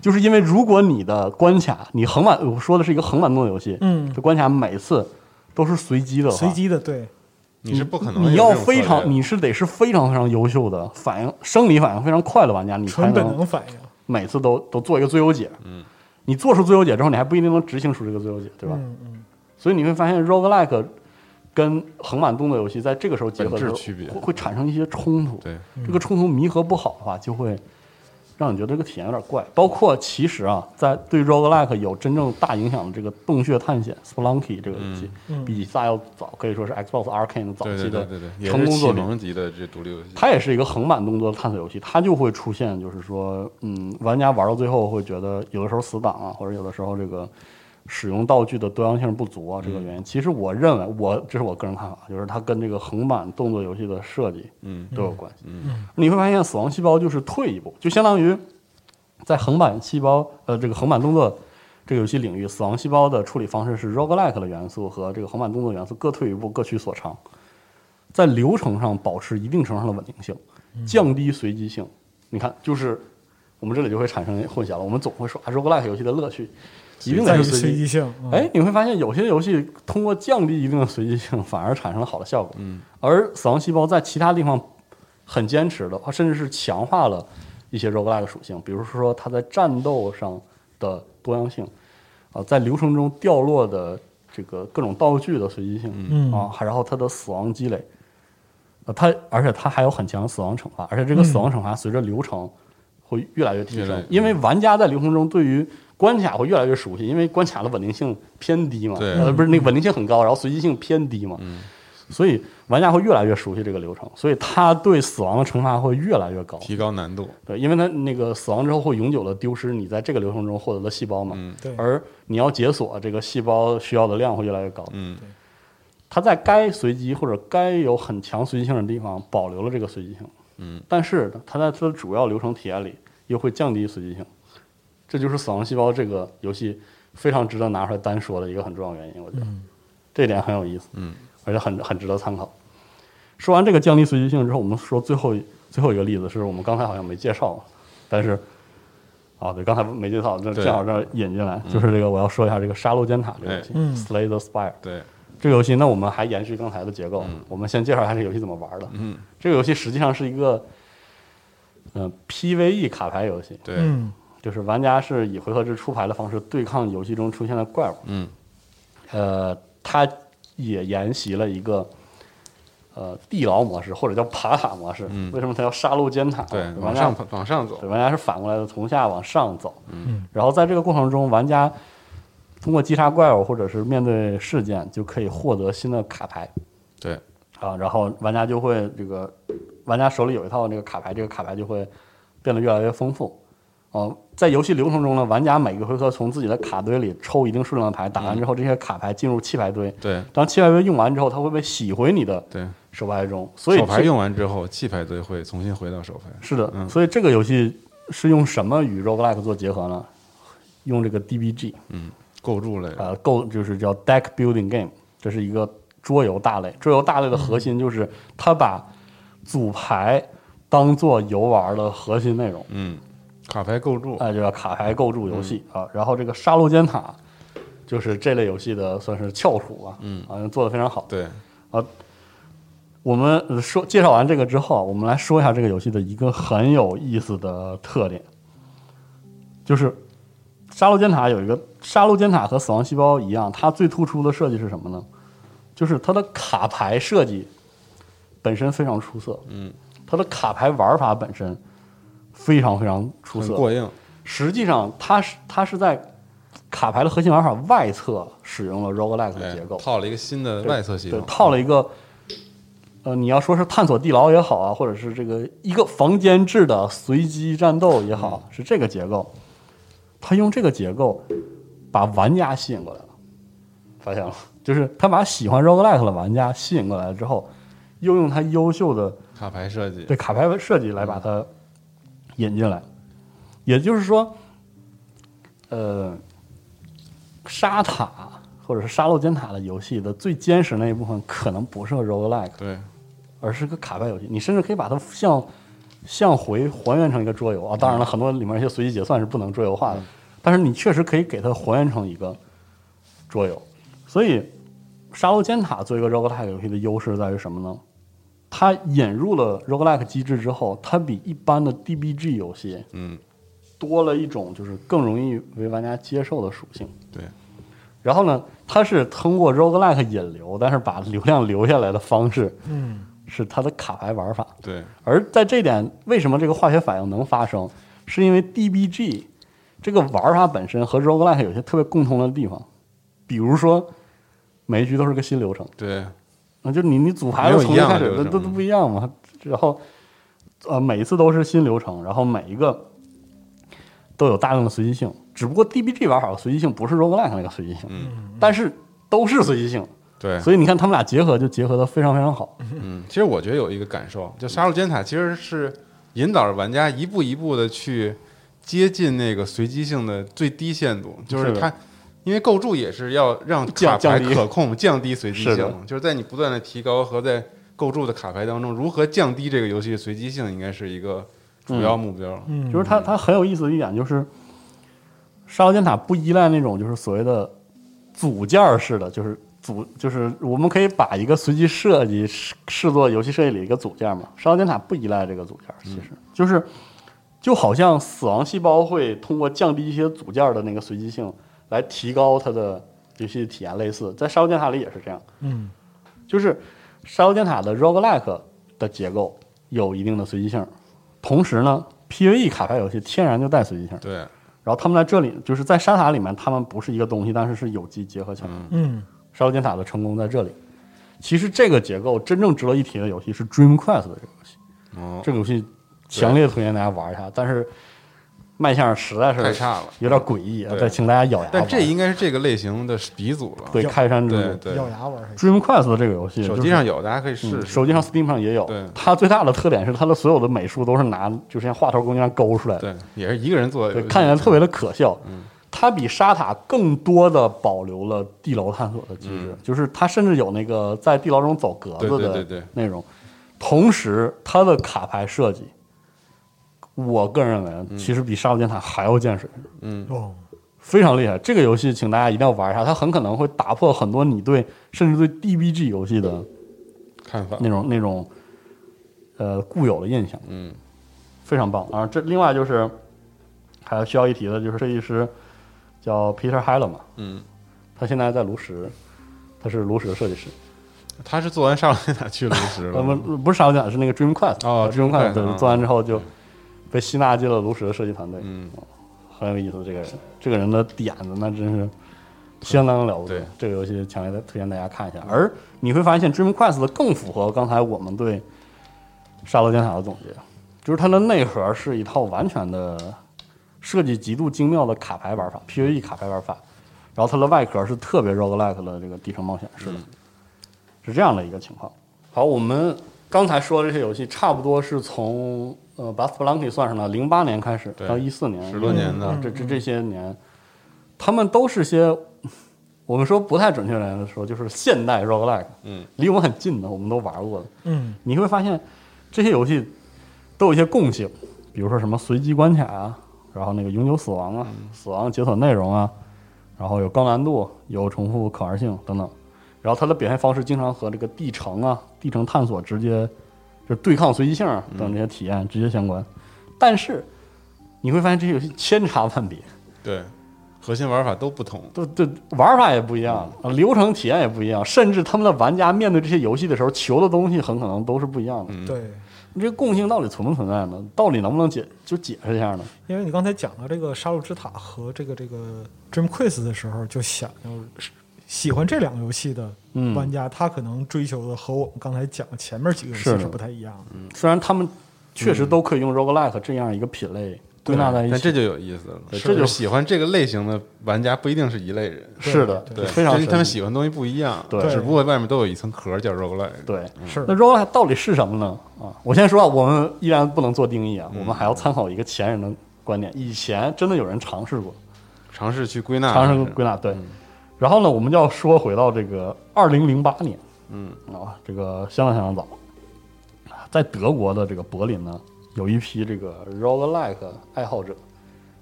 就是因为如果你的关卡，你横版，我说的是一个横版动作游戏，嗯这关卡每次都是随机的嗯，话，随机的，对，你是不可能有你这种要策略的。非常，你是得是非常非常优秀的反应，生理反应非常快的玩家，你才纯本能能反应，每次都都做一个最优解。嗯，你做出最优解之后，你还不一定能执行出这个最优解，对吧？嗯嗯，所以你会发现 roguelike 跟横版动作游戏在这个时候结合的时候本质区别会会产生一些冲突。对，这个冲突弥合不好的话，就会让你觉得这个体验有点怪。包括其实啊，在对 roguelike 有真正大影响的这个《洞穴探险》Spelunky 这个游戏，嗯比以撒要早，可以说是 Xbox Arcane 早对期对的对对对，也成是功启作品。蒙级的这独立游戏。它也是一个横版动作探索游戏，它就会出现，就是说，嗯，玩家玩到最后会觉得有的时候死党啊，或者有的时候这个使用道具的多样性不足啊，这个嗯原因。其实我认为，我这是我个人看法，就是它跟这个横版动作游戏的设计嗯都有关系。嗯你会发现，死亡细胞就是退一步，就相当于在横版细胞呃这个横版动作这个游戏领域，死亡细胞的处理方式是 roguelike 的元素和这个横版动作元素各退一步，各取所长，在流程上保持一定程度上的稳定性，降低随机性。你看，就是我们这里就会产生混淆了。我们总会说啊，roguelike 游戏的乐趣一定在于是随随机机。性，嗯哎，，你会发现有些游戏通过降低一定的随机性，反而产生了好的效果。嗯，而死亡细胞在其他地方很坚持的，甚至是强化了一些 roguelike 属性，比如说它在战斗上的多样性，啊、在流程中掉落的这个各种道具的随机性，嗯啊，还然后它的死亡积累，呃，它而且它还有很强的死亡惩罚，而且这个死亡惩罚随着流程会越来越嗯提越来升越，因为玩家在流程中对于关卡会越来越熟悉，因为关卡的稳定性偏低嘛，对嗯呃，不是那个稳定性很高，然后随机性偏低嘛，所以玩家会越来越熟悉这个流程，所以他对死亡的惩罚会越来越高。提高难度，对，因为他那个死亡之后会永久的丢失你在这个流程中获得的细胞嘛，嗯对，而你要解锁这个细胞需要的量会越来越高。嗯，它在该随机或者该有很强随机性的地方保留了这个随机性，嗯，但是它在它的主要流程体验里又会降低随机性。这就是《死亡细胞》这个游戏非常值得拿出来单说的一个很重要原因，我觉得、这一点很有意思，嗯，而且很很值得参考。说完这个降低随机性之后，我们说最后一最后一个例子是我们刚才好像没介绍，但是啊，对，刚才没介绍，那对正好这儿引进来，就是这个我要说一下这个《杀戮尖塔》这个游戏，嗯 Slay the Spire》对，这个游戏。那我们还延续刚才的结构，我们先介绍一下这个游戏怎么玩的。嗯，这个游戏实际上是一个嗯、呃 PVE 卡牌游戏，对，嗯就是玩家是以回合制出牌的方式对抗游戏中出现的怪物。嗯，呃，它也沿袭了一个呃地牢模式，或者叫爬塔模式。嗯为什么它叫杀戮尖塔？对，玩往家上爬往上走对，玩家是反过来的，从下往上走。嗯，然后在这个过程中，玩家通过击杀怪物或者是面对事件，就可以获得新的卡牌。对，啊，然后玩家就会这个，玩家手里有一套这个卡牌，这个卡牌就会变得越来越丰富。哦，在游戏流程中呢，玩家每个回合从自己的卡堆里抽一定数量的牌，打完之后，这些卡牌进入弃牌堆。对当弃牌堆用完之后，它会被洗回你的对，手牌中。所以手牌这用完之后，弃牌队会重新回到手牌。是的，嗯所以这个游戏是用什么与 roguelike 做结合呢？用这个 DBG，构筑类的，呃，构就是叫 deck building game，这是一个桌游大类。桌游大类的核心就是它把组牌当做游玩的核心内容，嗯，卡牌构筑，哎，就叫卡牌构筑游戏、嗯啊。然后这个杀戮尖塔就是这类游戏的算是翘楚吧，嗯啊，做的非常好。对，我们呃说介绍完这个之后，啊我们来说一下这个游戏的一个很有意思的特点，就是杀戮尖塔有一个杀戮尖塔和死亡细胞一样，它最突出的设计是什么呢？就是它的卡牌设计本身非常出色，嗯，它的卡牌玩法本身非常非常出很色，过硬，实际上它是它是在卡牌的核心玩法外侧使用了 roguelike 的哎结构，，套了一个新的对外侧系对统，，嗯套了一个，呃，你要说是探索地牢也好啊，或者是这个一个房间制的随机战斗也好，嗯是这个结构，他用这个结构把玩家吸引过来了，发现了吗，就是他把喜欢 roguelike 的玩家吸引过来之后，又用他优秀的卡牌设计，对卡牌设计来把它引进来。也就是说，呃，沙塔或者是沙漏尖塔的游戏的最坚实那一部分，可能不是个 roguelike，对，而是个卡牌游戏。你甚至可以把它向向回还原成一个桌游啊。当然了，很多里面一些随机结算是不能桌游化的，但是你确实可以给它还原成一个桌游。所以，《沙漏尖塔》作为一个 roguelike 游戏的优势在于什么呢？它引入了 roguelike 机制之后，它比一般的 DBG 游戏嗯，多了一种就是更容易为玩家接受的属性。对，然后呢，它是通过 roguelike 引流，但是把流量留下来的方式嗯是它的卡牌玩法。对，而在这点，为什么这个化学反应能发生，是因为 DBG 这个玩法本身和 roguelike 有些特别共通的地方，比如说每一局都是个新流程，对，那就你你组牌的没有从一一样的开始流都程嗯都都不一样嘛，然后呃每一次都是新流程，然后每一个都有大量的随机性，只不过 DBG 玩法的随机性不是 roguelike 那个随机性，嗯但是都是随机性，对，所以你看他们俩结合就结合的非常非常好，嗯，其实我觉得有一个感受，就《杀戮尖塔》其实是引导着玩家一步一步的去接近那个随机性的最低限度，就是是的它，因为构筑也是要让卡降牌降低可控、降低随机是的性，就是在你不断的提高和在构筑的卡牌当中，如何降低这个游戏的随机性，应该是一个主要目标。嗯，就是它它很有意思的一点就是，沙漏尖塔不依赖那种就是所谓的组件儿式的，就是组就是我们可以把一个随机设计视视作游戏设计里的一个组件嘛。沙漏尖塔不依赖这个组件儿，其实、就是就好像死亡细胞会通过降低一些组件儿的那个随机性来提高它的游戏体验，类似在沙漏尖塔里也是这样。嗯就是沙漏尖塔的 roguelike 的结构有一定的随机性，同时呢，PVE 卡牌游戏天然就带随机性。对，然后他们在这里就是在沙塔里面，他们不是一个东西，但是是有机结合起来的。嗯沙漏尖塔的成功在这里。其实这个结构真正值得一提的游戏是 Dream Quest 的这个游戏，哦，这个游戏强烈推荐大家玩一下。但是卖相实在是太差了。有点诡异啊！对再请大家咬牙吧。但这应该是这个类型的鼻祖了。对咬开山之对作对，咬牙玩儿还行。 ，Dream Quest 这个游戏，手就是机上有，大家可以试嗯，试。手机上 Steam 上也有对。它最大的特点是它的所有的美术都是拿就是像画头工具上勾出来的，对，也是一个人做的游对，戏，看起来特别的可笑嗯。它比沙塔更多的保留了地牢探索的机制嗯，就是它甚至有那个在地牢中走格对子对对对的内容。同时，它的卡牌设计，我个人认为啊其实比沙漏尖塔还要见水准。嗯，哦，非常厉害。这个游戏请大家一定要玩一下，它很可能会打破很多你对甚至对 DBG 游戏的看法。那种那种呃固有的印象，嗯，非常棒。啊，这另外就是还有需要一提的就是设计师叫 Peter h i l l 嘛，嗯，他现在在炉石。他是炉石的设计师，他是做完《杀戮尖塔》去 炉石了呃，不，不是沙老是那个 Dream Quest，呃哦，Dream Dreamcast，Quest，对嗯做完之后就被吸纳进了炉石的设计团队，哦嗯，很有意思。这个人，这个人的点子那真是相当了不得对。这个游戏强烈的推荐大家看一下。而你会发现，Dream Quest 更符合刚才我们对《沙漏尖塔》的总结，就是它的内核是一套完全的设计极度精妙的卡牌玩法 （PVE 卡牌玩法），然后它的外壳是特别 roguelike 的这个地城冒险式的，是这样的一个情况。嗯好，我们刚才说的这些游戏，差不多是从呃把 Spelunky 算上了，零八年开始对到一四年，十多年的啊这这这些年，他们都是些我们说不太准确来说，就是现代 roguelike，嗯，离我们很近的，我们都玩过的。嗯，你会发现这些游戏都有一些共性，比如说什么随机关卡啊，然后那个永久死亡啊，死亡解锁内容啊，然后有高难度，有重复可玩性等等。然后它的表现方式经常和这个地城啊、地城探索直接就是对抗随机性啊等这些体验直接相关。但是你会发现这些游戏千差万别，对，核心玩法都不同。都对玩法也不一样，啊流程体验也不一样，甚至他们的玩家面对这些游戏的时候求的东西很可能都是不一样的。嗯对，你这个共性到底存不存在呢？到底能不能解就解释一下呢？因为你刚才讲到这个《杀戮之塔》和这个这个《Dream Quiz》的时候，就想要喜欢这两个游戏的嗯玩家，他可能追求的和我们刚才讲的前面几个游是戏的是不太一样嗯的。虽然他们确实都可以用 roguelike 这样一个品类归纳在一但起，这就有意思了，对是这就喜欢这个类型的玩家不一定是一类人，是的，对对，非常因为他们神喜欢的东西不一样，对只不过外面都有一层壳叫 roguelike，奇对。是那 roguelike 到底是什么呢？啊，我先说啊，我们依然不能做定义啊，我们还要参考一个前人的观点。以前真的有人尝试过，尝试去归啊纳，尝试归纳对。然后呢，我们就要说回到这个二零零八年，嗯啊，这个相当相当早，在德国的这个柏林呢，有一批这个 roguelike 爱好者。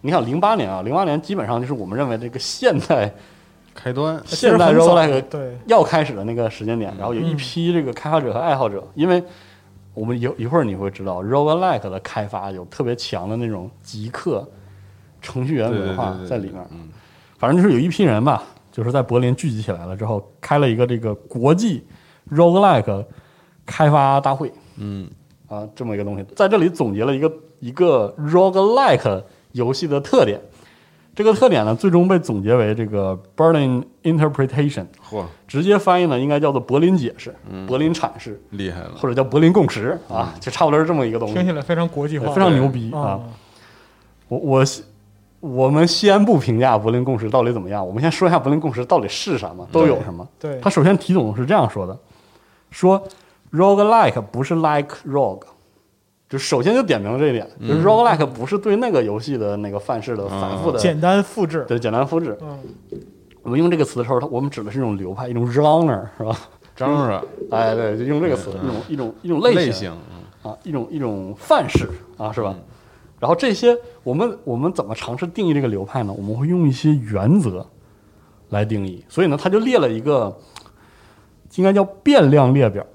你看零八年啊，零八年基本上就是我们认为这个现代开端，其实现代很早 roguelike 对，要开始的那个时间点，然后有一批这个开发者和爱好者，因为我们有一会儿你会知道 roguelike 的开发有特别强的那种极客程序员对对文对化对对在里面，嗯，反正就是有一批人吧，就是在柏林聚集起来了之后，开了一个这个国际 roguelike 开发大会，嗯，啊，这么一个东西，在这里总结了一个一个 roguelike 游戏的特点。这个特点呢，最终被总结为这个 Berlin interpretation，嚯，直接翻译呢应该叫做柏林解释、嗯柏林阐释，厉害 了，或者叫柏林共识啊，就差不多是这么一个东西。听起来非常国际对化，非常牛逼啊！啊，我我我们先不评价柏林共识到底怎么样，我们先说一下柏林共识到底是什么，都有什么。嗯对他，首先题总是这样说的，说 roguelike 不是 like rogue，就首先就点明了这一点，嗯就是 roguelike 不是对那个游戏的那个范式的反复的、简单复制，对简单复制。嗯，我们用这个词的时候，它我们指的是一种流派，一种 genre 是吧？张若若哎，对，就用这个词，一种一种一种嗯类类型型，嗯啊，一种一种范式啊，是吧？然后这些我们我们怎么尝试定义这个流派呢？我们会用一些原则来定义。所以呢，他就列了一个应该叫变量列表，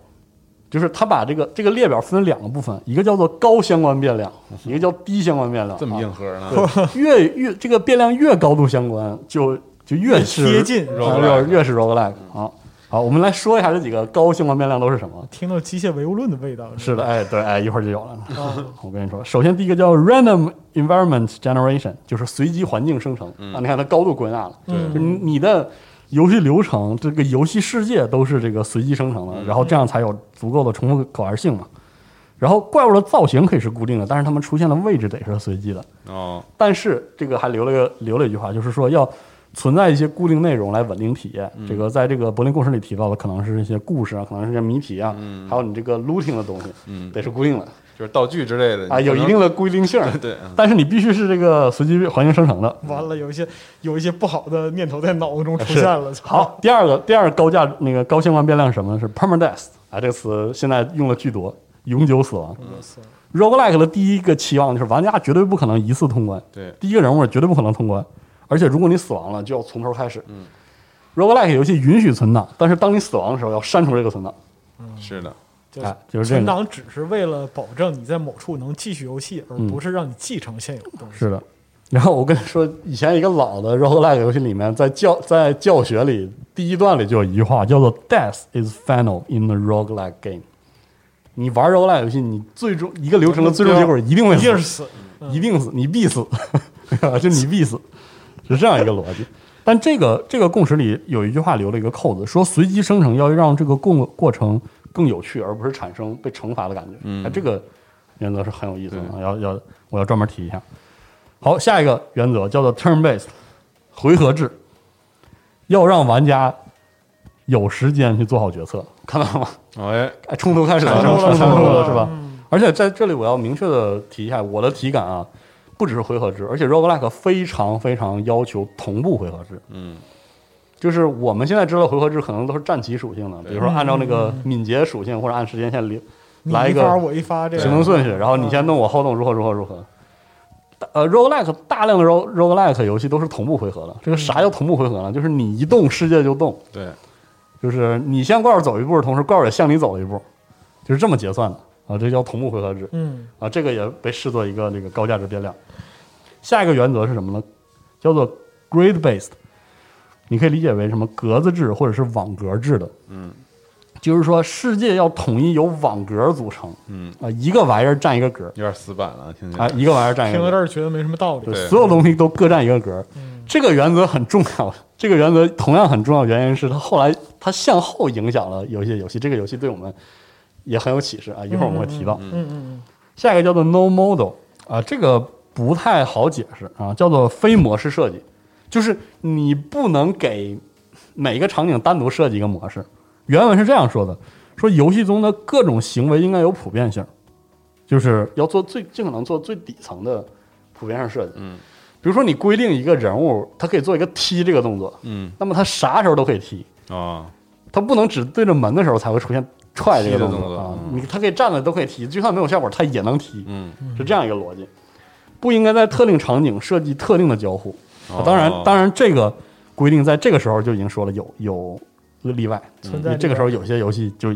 就是他把这个这个列表分两个部分，一个叫做高相关 变量，一个叫低相关变量。这么硬啊核呢， 对越越这个变量越高度相关，就就越是贴近啊 roguelike 越越是 roguelike 啊。好，我们来说一下这几个高相关变量都是什么。听到机械唯物论的味道，是的，吧，哎，对，哎，一会儿就有了。 我跟你说，首先第一个叫 random environment generation，就是随机环境生成、啊。你看它高度归纳了，就嗯，你你的游戏流程，这个游戏世界都是这个随机生成的，然后这样才有足够的重复可玩性嘛。然后怪物的造型可以是固定的，但是它们出现的位置得是随机的。哦，但是这个还留了个留了一句话，就是说要存在一些固定内容来稳定体验。嗯这个在这个柏林共识里提到的，可能是一些故事啊，可能是一些谜题啊，嗯还有你这个 looting 的东西，嗯得是固定的就是道具之类的啊，你有不一能定的固定性。对，嗯但是你必须是这个随机环境生成的。完了，有一些有一些不好的念头在脑子中出是现了。好，第二个第二个高价那个高相关变量是什么呢？是 permadeath 啊，这个词现在用的巨多，永久死亡。roguelike 的第一个期望就是玩家绝对不可能一次通关，对，第一个人物绝对不可能通关，而且如果你死亡了，就要从头开始。嗯，roguelike 游戏允许存档，但是当你死亡的时候要删除这个存档。是的，就哎是，就是这存个。档只是为了保证你在某处能继续游戏，而嗯不是让你继承现有的东西。是的。然后我跟你说，以前一个老的 roguelike 游戏里面，在教在教学里第一段里就有一句话，叫做 “Death is final in the roguelike game”。你玩 roguelike 游戏，你最终一个流程的最终结果一定会一定是死，死，一定死，你必死， 就你必死，是这样一个逻辑。但这个这个共识里有一句话留了一个扣子，说随机生成要让这个过过程更有趣，而不是产生被惩罚的感觉。嗯哎这个原则是很有意思的，啊对要要我要专门提一下。好，下一个原则叫做 turn based，回合制，要让玩家有时间去做好决策，看到吗？哎，哎，冲突开始了，产生了冲产突生了了是吧？而且在这里我要明确的提一下，我的体感啊，不只是回合制，而且 roguelike 非常非常要求同步回合制。嗯，就是我们现在知道的回合制可能都是战棋属性的，比如说嗯按照那个敏捷属性或者按时间线里你来一一个发我一发，这行个动顺序，然后你先弄我后弄，如何如何如何。呃，roguelike 大量的 rog roguelike 游戏都是同步回合的。这个啥叫同步回合呢？就是你一动，世界就动。对，就是你向怪物走一步的同时，怪物也向你走一步，就是这么结算的啊，这叫同步回合制嗯，啊，这个也被视作一个这个高价值变量。下一个原则是什么呢？叫做 grade based，你可以理解为什么格子制或者是网格制的，嗯就是说世界要统一由网格组成嗯，啊，一个玩意儿占一个格有点死板了，听起啊，来，一个玩意儿占一听到个这格，儿觉得没什么道理就。对所有东西都各占一个格。嗯，这个原则很重要，这个原则同样很重要，原因是它后来它向后影响了有一些游戏，这个游戏对我们也很有启示啊，一会儿我们会提到。嗯嗯嗯下一个叫做 No Model 啊，这个不太好解释啊，叫做非模式设计，就是你不能给每个场景单独设计一个模式。原文是这样说的：说游戏中的各种行为应该有普遍性，就是要做最尽可能做最底层的普遍性设计。嗯，比如说你规定一个人物，他可以做一个踢这个动作，嗯，那么他啥时候都可以踢，哦，他不能只对着门的时候才会出现踹这个踢的动作动作啊，嗯你他可以站着都可以踢，就算没有效果他也能踢。嗯，是这样一个逻辑，不应该在特定场景设计特定的交互。哦啊当然，当然这个规定在这个时候就已经说了有有例外，存因为在这个时候有些游戏就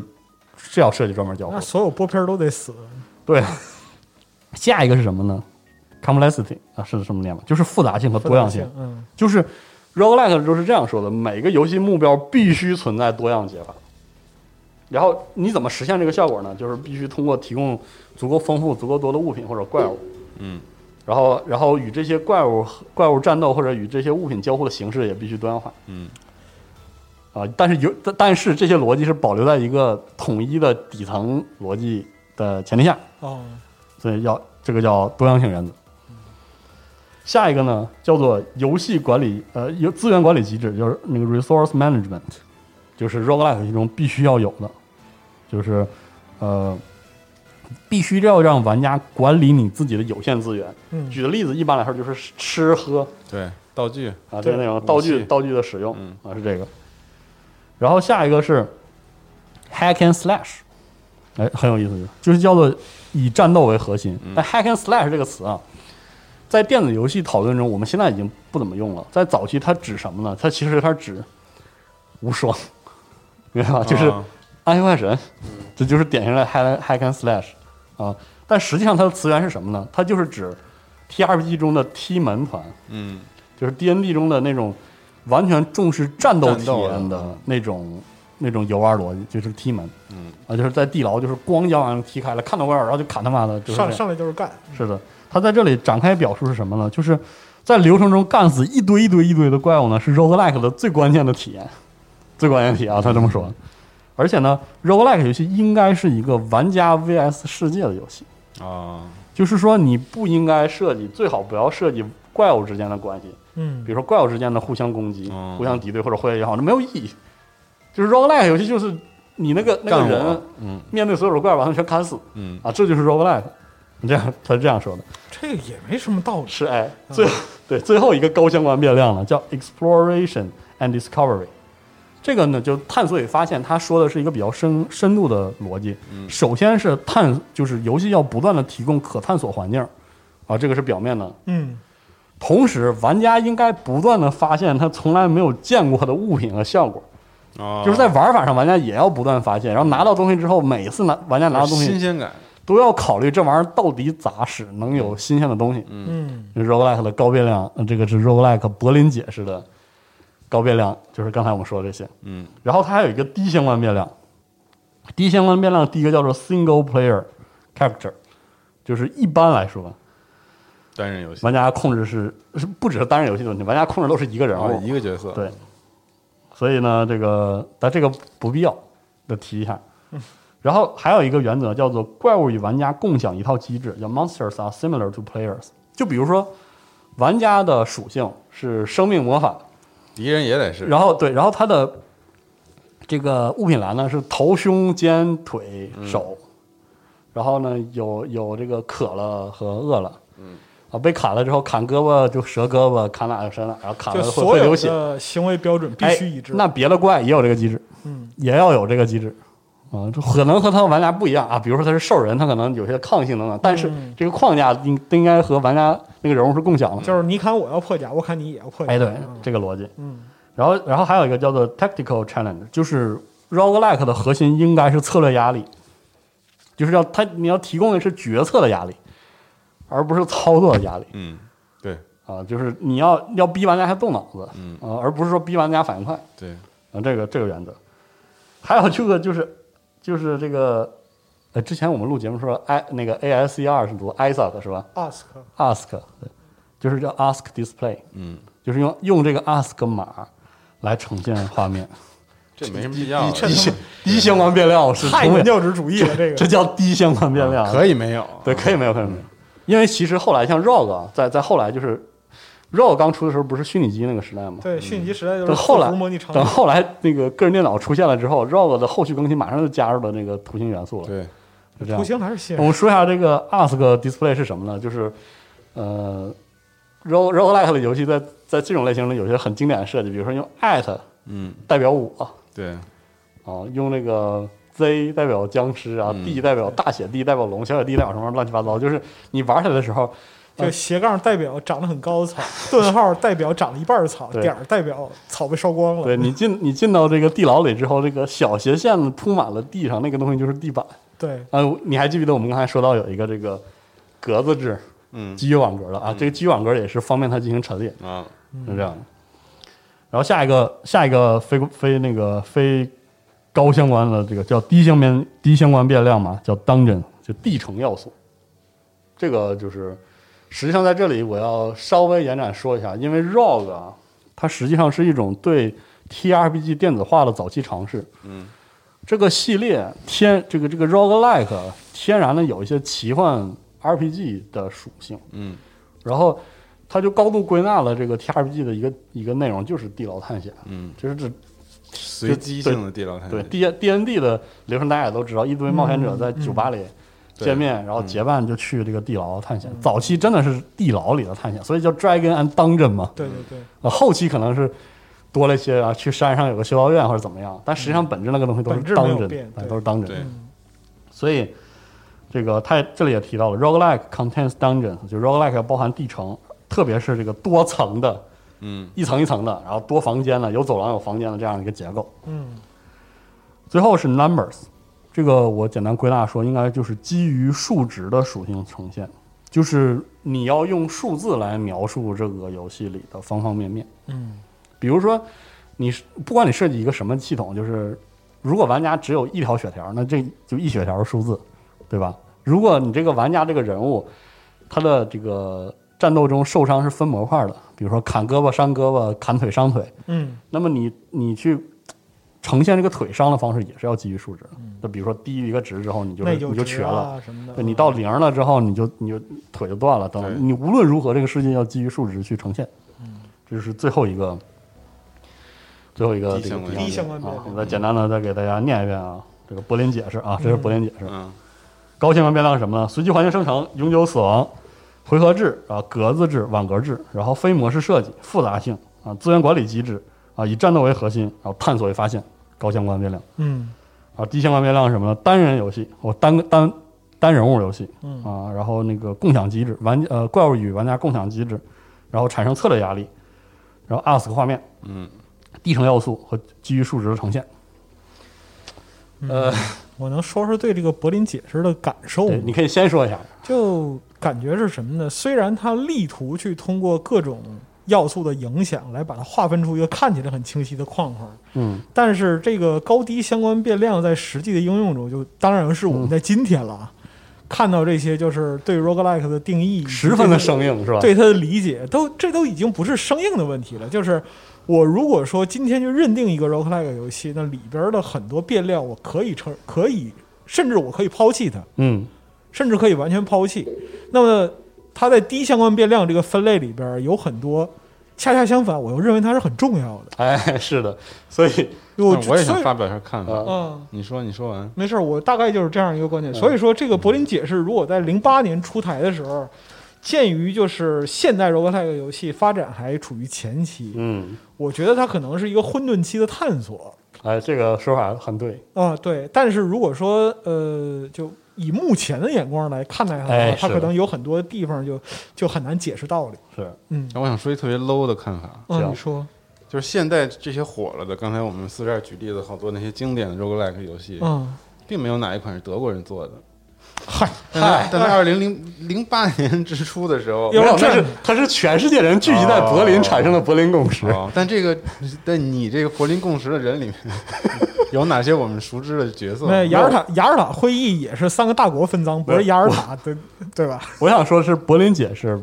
是要设计专门交这互个，那。所有播片儿都得死，对， 下一个是什么呢？complexity 啊，是这么念吗？就是复杂性和多样性。复杂，嗯，就是 roguelike 就是这样说的，每个游戏目标必须存在多样解法。然后你怎么实现这个效果呢？就是必须通过提供足够丰富、足够多的物品或者怪物，嗯，然后然后与这些怪物怪物战斗或者与这些物品交互的形式也必须多样化嗯，啊。但是有但但是这些逻辑是保留在一个统一的底层逻辑的前提下，哦，所以要这个叫多样性原则。下一个呢，叫做游戏管理，呃，有资源管理机制，就是那个 resource management，就是 roguelike 游戏中必须要有的，就是呃，必须要让玩家管理你自己的有限资源。嗯，举个例子，一般来说就是吃喝对，道具，啊，这对个内容器道具道具的使用、嗯啊是这个。然后下一个是 hack and slash，哎，很有意思，就是叫做以战斗为核心。但 hack and slash 这个词啊，在电子游戏讨论中，我们现在已经不怎么用了。在早期，它指什么呢？它其实它指无双，明白吧？就是啊暗黑幻神，这就是典型的 hack hack and slash 啊。但实际上，它的词源是什么呢？它就是指 TRPG 中的踢门团。嗯，就是 D N D 中的那种完全重视战斗体验战斗啊的的那种那种游玩逻辑，就是踢门，嗯啊，就是在地牢就是咣一脚往上踢开了，看到怪物然后就砍他妈的，就是这上样上来就是干，是的。他在这里展开表述是什么呢？就是在流程中干死一嗯堆一堆一堆的怪物呢，是 roguelike 的最关键的体验，最关键体验啊，他这么说。而且呢，roguelike 游戏应该是一个玩家 vs 世界的游戏，啊，就是说你不应该设计，最好不要设计怪物之间的关系，嗯比如说怪物之间的互相攻击、嗯互相敌对或者互相也好，那没有意义。就是 roguelike 游戏就是你那个那干个人我，嗯面对所有的怪物把他们全砍死嗯，啊，这就是 roguelike。你这样，他是这样说的。这个也没什么道理。是哎，最、对最后一个高相关变量了，叫 exploration and discovery。这个呢，就探索与发现，他说的是一个比较深深度的逻辑。嗯首先是探，就是游戏要不断的提供可探索环境，啊，这个是表面的。嗯，同时，玩家应该不断的发现他从来没有见过的物品和效果，哦就是在玩法上，玩家也要不断发现，然后拿到东西之后，每次拿玩家拿到东新西鲜感，都要考虑这玩意儿到底咋使，能有新鲜的东西。嗯， roguelike 的高变量，呃这个是 roguelike 柏林解释的高变量，就是刚才我们说的这些。嗯然后它还有一个低相关变量，低相关变量第一个叫做 single player character，就是一般来说，单人游戏，玩家控制是是不只是单人游戏的问题，玩家控制都是一个人然物，啊后一个角色，对，所以呢，这个但这个不必要的提 一下。然后还有一个原则叫做怪物与玩家共享一套机制，叫 monsters are similar to players。就比如说，玩家的属性是生命魔法，敌人也得是，然后对，然后它的这个物品栏呢是头、胸、肩、腿、手，然后呢有有这个渴了和饿了，嗯，啊被砍了之后砍胳膊就折胳膊，砍哪就折哪，然后砍就了会所会有流血，的行为标准必须一致。哎。那别的怪也有这个机制，嗯，也要有这个机制啊，这可能和他玩家不一样啊。比如说他是兽人，他可能有些抗性等等，但是嗯这个框架应应该和玩家那个人物是共享的。就是你砍我要破甲，我砍你也要破甲。哎，对嗯，这个逻辑。嗯然后，然后还有一个叫做 tactical challenge，就是 roguelike 的核心应该是策略压力，就是要他你要提供的是决策的压力，而不是操作的压力。嗯，对啊，就是你要要逼玩家还动脑子，嗯啊，而不是说逼玩家反应快，对，啊，这个这个原则。还有这个就是就是这个，呃，之前我们录节目说 i 那个 A S E R 是读 ISAC 是吧 ，ask， ？ask 对就是叫 ask display，嗯，就是用用这个 ask 码来呈现画面。这没什么必要，嗯低相低相关变量是太永原远教旨主义了，这这个。叫低相关变量。可以没有，啊对，可以没有可以没有，因为其实后来像 ROG 啊，在在后来就是 ROG 刚出的时候不是虚拟机那个时代吗？对，虚拟机时代就是等后来字符模拟场景等，后来那个个人电脑出现了之后，ROG 的后续更新马上就加入了那个图形元素了，对，就这样图。形还是新我。们说一下这个 Ask Display 是什么呢？就是呃，Ro Roguelike 的游戏在在这种类型里有些很经典的设计，比如说用 at 嗯，代表我。对，啊，用那个 Z 代表僵尸啊、嗯 d 代表大写 D 代表龙，小写 D 代表什么乱七八糟，就是你玩起来的时候，就斜杠代表长得很高的草，顿号代表长了一半的草，对点儿代表草被烧光了。对你进你进到这个地牢里之后，这个小斜线子铺满了地上，那个东西就是地板。对啊，你还记不记得我们刚才说到有一个这个格子制嗯基于网格的啊？这个基于网格也是方便它进行陈列，啊，是这样的。然后下一个下一个非非那个非高相关的这个叫低相边低相关变量嘛，叫 dungeon，就地城要素。这个就是实际上在这里我要稍微延展说一下，因为 ROG 啊，它实际上是一种对 TRPG 电子化的早期尝试。嗯，这个系列天这个这个 ROGLike 天然的有一些奇幻 RPG 的属性。嗯然后他就高度归纳了这个 TRPG 的一个一个内容，就是地牢探险，嗯，就是这随机性的地牢探对险， D D N D 的流程大家也都知道，一堆冒险者在酒吧里见面，然后结伴就去这个地牢探嗯险。早期真的是地牢里的探险，所以叫 Dragon and Dungeon 嘛。对对对，啊，后期可能是多了一些啊，去山上有个修道院或者怎么样，但实际上本质那个东西都是嗯本质没有 Dungeon，变啊对都是 Dungeon。对所以这个它也这里也提到了，roguelike contains dungeons，就 roguelike 要包含地城，特别是这个多层的，嗯，一层一层的，然后多房间的，有走廊有房间的这样一个结构。嗯，最后是 numbers，这个我简单归纳说，应该就是基于数值的属性呈现，就是你要用数字来描述这个游戏里的方方面面。嗯，比如说你是不管你设计一个什么系统，就是如果玩家只有一条血条，那这就一血条数字，对吧？如果你这个玩家这个人物，他的这个战斗中受伤是分模块的，比如说砍胳膊伤胳膊、砍腿伤腿，嗯，那么你你去呈现这个腿伤的方式也是要基于数值的嗯。就比如说低于一个值之后，你就内是疚你就值瘸了。啊什么的，对你到零了之后，你就你就腿就断了，等对等。你无论如何，这个世界要基于数值去呈现，嗯这就是最后一个，最后一个低这个相关地低相关啊变量我再简单的再给大家念一遍啊，这个柏林解释啊，这是柏林解释。嗯，高性能变量是什么呢？随机环境生成、永久死亡、回合制啊、格子制、网格制，然后非模式设计、复杂性啊、资源管理机制啊，以战斗为核心，啊然后探索为发现，高相关变量嗯啊。低相关变量是什么呢？单人游戏，我单单单人物游戏嗯啊，然后那个共享机制，玩呃怪物与玩家共享机制，然后产生策略压力，然后 ask 画面，嗯，地层要素和基于数值的呈现。呃，我能说说对这个柏林解释的感受对，吗？ 你可以先说一下。就感觉是什么呢？虽然它力图去通过各种要素的影响来把它划分出一个看起来很清晰的框框，嗯，但是这个高低相关变量在实际的应用中，就当然是我们在今天了嗯啊，看到这些就是对 roguelike 的定义十分的生硬是吧？对它的理解，都这都已经不是生硬的问题了。就是我如果说今天就认定一个 roguelike 游戏，那里边的很多变量我可以承，可以甚至我可以抛弃它，嗯，甚至可以完全抛弃。那么它在低相关变量这个分类里边有很多。恰恰相反，我又认为它是很重要的。哎，是的，所以我那嗯我也所想以发表一下看法。呃嗯，你说，你说完，没事，儿，我大概就是这样一个观嗯点。所以说，这个柏林解释如果在零八年出台的时候，鉴于就是现代 roguelike 游戏发展还处于前期，嗯，我觉得它可能是一个混沌期的探索哎，这个说法很对，啊。对，但是如果说呃，就以目前的眼光来看待它的哎话，它是可能有很多地方就就很难解释道理。是嗯，那我想说一特别 low 的看法，这嗯，样你说，就是现在这些火了的，刚才我们四十二举例子，好多那些经典的 roguelike 游戏，嗯，并没有哪一款是德国人做的。嗨，但在但在二零零零八年之初的时 候，有没有，这但是它是全世界人聚集在柏林，产生了柏林共识。哦，但这个在你这个柏林共识的人里面，有哪些我们熟知的嗯角色？那雅尔塔雅尔塔会议也是三个大国分赃，不没是有雅尔塔对对吧？我想说的是，柏林解释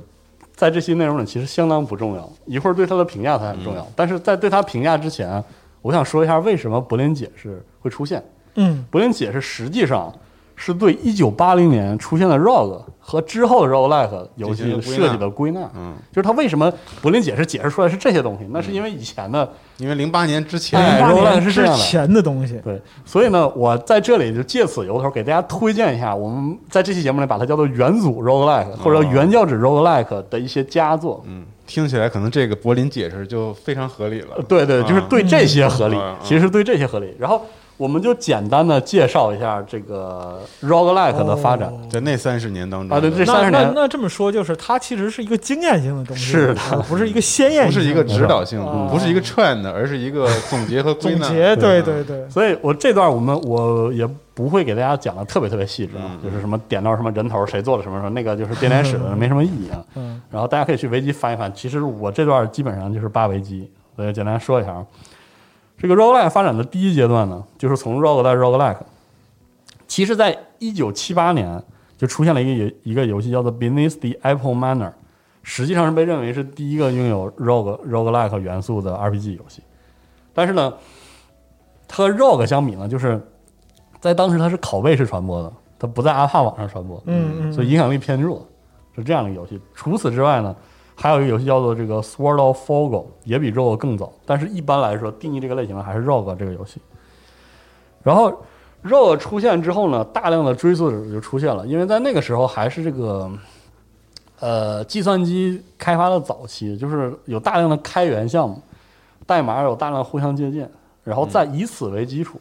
在这期内容里其实相当不重要，一会儿对它的评价才很重要。但是在对它评价之前，啊我想说一下为什么柏林解释会出现。嗯柏林解释实际上是对1980年出现的 ROG 和之后的 roguelike 游戏设计的归纳。嗯，就是它为什么柏林解释解释出来是这些东西，那是因为以前的因为零八年之前，哎八罗年兰是这之样的前的东西，对，所以呢，我在这里就借此由头给大家推荐一下，我们在这期节目里把它叫做元祖 roguelike 或者原教旨 roguelike 的一些佳作。哦嗯，听起来可能这个柏林解释就非常合理了呃。对对，就是对这些合理嗯，其实对这些合理。然后我们就简单的介绍一下这个 roguelike 的发展。哦在那三十年当中啊对那这30那年那这么说，就是它其实是一个经验性的东西，是的而不是一个鲜艳不性是的一东个西，指导性的，哦不是一个 trend，而是一个总结和归总纳。结，对对对，所以我这段我们我也不会给大家讲的特别特别细致啊嗯，就是什么点到什么人头谁做了什么什么，那个就是编年史的，没什么意义啊。嗯然后大家可以去维基翻一翻。其实我这段基本上就是八维基，所以简单说一下啊。这个 roguelike 发展的第一阶段呢，就是从 rogue 到 roguelike。其实，在一九七八年就出现了一个游一个游戏叫做《Beneath the Apple Manor》，实际上是被认为是第一个拥有 rogue roguelike 元素的 RPG 游戏。但是呢，它和 rogue 相比呢，就是在当时它是拷贝式传播的，它不在阿帕网上传播。嗯嗯，所以影响力偏弱，是这样的一个游戏。除此之外呢，还有一个游戏叫做这个《Sword of Fogo》，也比 ROG 更早，但是一般来说定义这个类型的还是 ROG 这个游戏。然后 ROG 出现之后呢，大量的追溯者就出现了，因为在那个时候还是这个。呃，计算机开发的早期，就是有大量的开源项目，代码有大量的互相借鉴，然后嗯再以此为基础，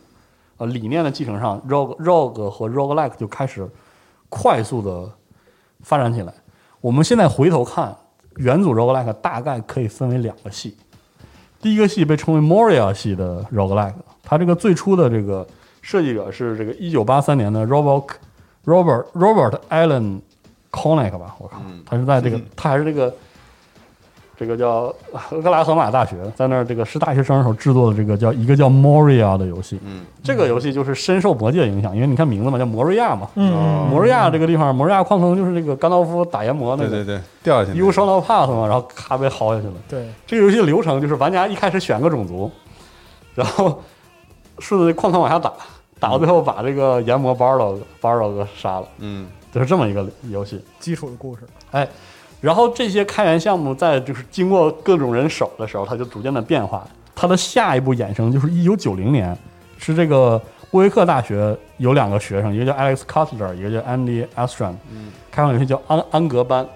呃，理念的继承上，ROG ROG 和 ROGLike 就开始快速的发展起来。我们现在回头看，元祖 roguelike 大概可以分为两个系，第一个系被称为 Moria 系的 roguelike，它这个最初的这个设计者是这个1983年的 Robert Robert Robert Allen Connick 吧，我靠嗯，他是在这个他还是这个这个叫俄克拉荷马大学，在那儿这个是大学生的时候制作的这个叫一个叫 Moria 的游戏，嗯，这个游戏就是深受魔界影响，因为你看名字嘛，叫摩瑞亚嘛，哦 嗯，摩瑞亚这个地方，摩瑞亚矿坑就是这个甘道夫打研磨那对个，对对，掉下去一路了。上到 pass 嘛，然后咔被薅下去了。对，这个游戏流程就是玩家一开始选个种族，然后顺着这矿坑往下打，打到最后把这个研磨 Barlow Barlow 给杀了，嗯就是这么一个游戏。基础的故事，哎，然后这些开源项目在就是经过各种人手的时候，它就逐渐的变化。它的下一步衍生就是一九九零年，是这个波威克大学有两个学生，一个叫 Alex Cutler，一个叫 Andy Astrom，嗯开发游戏叫安安格班。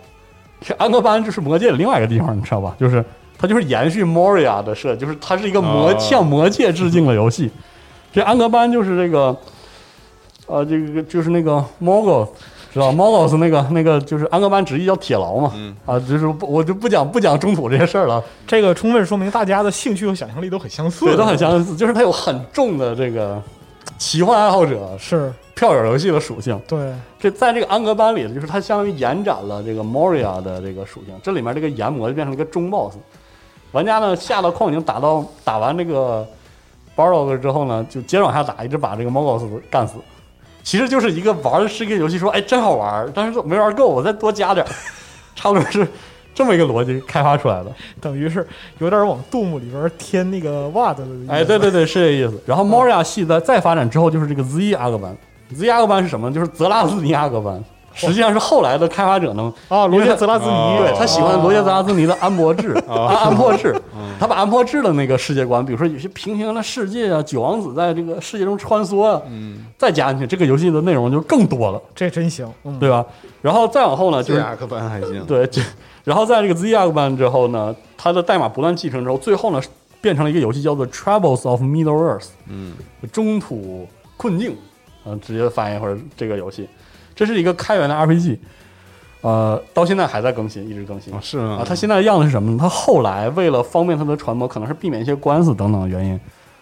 这安格班就是魔界的另外一个地方，你知道吧？就是它就是延续 Moria 的设，就是它是一个魔、哦向魔界致敬的游戏。这安格班就是这个，呃，这个就是那个 Mogos，知道 Mogos 那个那个就是安格班直译叫铁牢嘛。嗯，啊，就是不，我就不讲不讲中土这些事儿了，这个充分说明大家的兴趣和想象力都很相似，对，都很相似，就是它有很重的这个奇幻爱好者是，票友游戏的属性。对，这在这个安格班里，就是它相当于延展了这个 Moria 的这个属性。这里面这个研磨就变成了一个中 boss，玩家呢下到矿井打到打完这个 Barlog 之后呢，就接着往下打，一直把这个 Mogos 干死。其实就是一个玩的是一个游戏，说哎真好玩儿，但是没玩够，我再多加点儿，差不多是这么一个逻辑开发出来的。等于是有点往 Doom 里边添那个 WAD 的意思，哎，对对对，是这意思。然后 Moria 系在再发展之后，就是这个 Z 阿格班，Z 阿格班是什么？就是泽拉斯尼阿格班，实际上是后来的开发者呢，啊，罗因杰为·他泽拉兹尼，哦哎哦对他喜欢罗杰·泽啊拉斯尼的安博志，啊安博志，嗯他把安博志的那个世界观，比如说有些平行的世界啊，九王子在这个世界中穿梭啊，嗯，再加进去，这个游戏的内容就更多了，这真行，嗯，对吧？然后再往后呢，就这是雅克班还行，对，这然后在这个 z a g 版之后呢，它的代码不断继承之后，最后呢变成了一个游戏叫做《Troubles of Middle Earth》，嗯，中土困境，嗯、直接翻译或者这个游戏，这是一个开源的 RPG，呃，到现在还在更新，一直更新哦。是吗啊，？它现在的样子是什么呢？它后来为了方便它的传播，可能是避免一些官司等等的原因，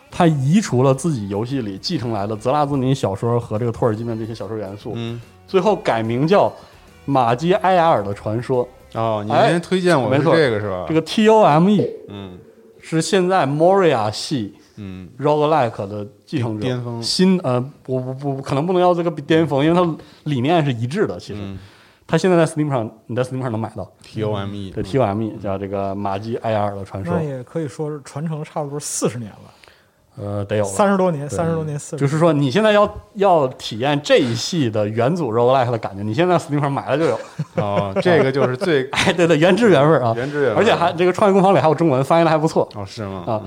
它移除了自己游戏里继承来的泽拉兹尼小说和这个托尔金的这些小说元素，嗯最后改名叫《马基埃雅尔的传说》。哦，你那天推荐我哎是没错这个是吧？这个 TOME 嗯 E 是现在 Moria 系嗯 roguelike 的继承者，巅峰新呃，我不不可能不能要这个巅峰，因为它理念是一致的。其实、嗯它现在在 Steam 上，你在 Steam 上能买到。 ，T O M E， 对 TOME 叫这个马基埃尔的传说那，也可以说是传承差不多四十年了，呃，得有了三十多年，对三十多年，四十，就是说，你现在要要体验这一系的元祖 roguelike 的感觉，你现在 Steam 上买了就有。 哦，这个就是最 哎，对对，原汁原味啊，嗯原汁原味而且还这个创业工坊里还有中文翻译的还不错。哦是吗？啊，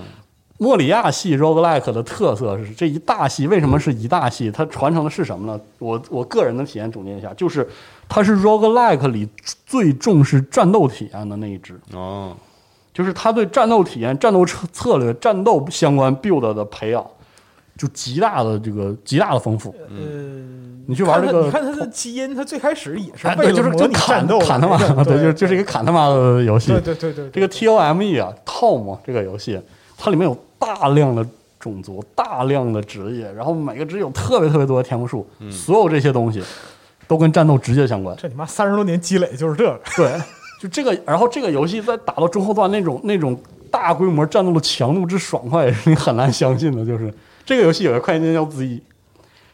莫里亚系 roguelike 的特色是这一大系，为什么是一大系？它传承的是什么呢？我我个人的体验总结一下，就是它是 roguelike 里最重视战斗体验的那一支，哦，就是它对战斗体验、战斗策策略、战斗相关 build 的培养，就极大的这个极大的丰富。呃，你去玩这个你看它你看它的基因，它最开始也是哎，为嗯对，就了是模就拟砍战斗的砍他妈 那，种对，对，就是就是一个砍他妈的游戏。对对对对，这个 TOME 啊，Tom 这个游戏，它里面有大量的种族、大量的职业，然后每个职业有特别特别多的天赋树，所有这些东西都跟战斗直接相关。这你妈三十多年积累就是这 个，对，就这个，然后这个游戏在打到中后段那种那种大规模战斗的强度之爽快，也 是你很难相信的。就是这个游戏有个快捷键叫 Z，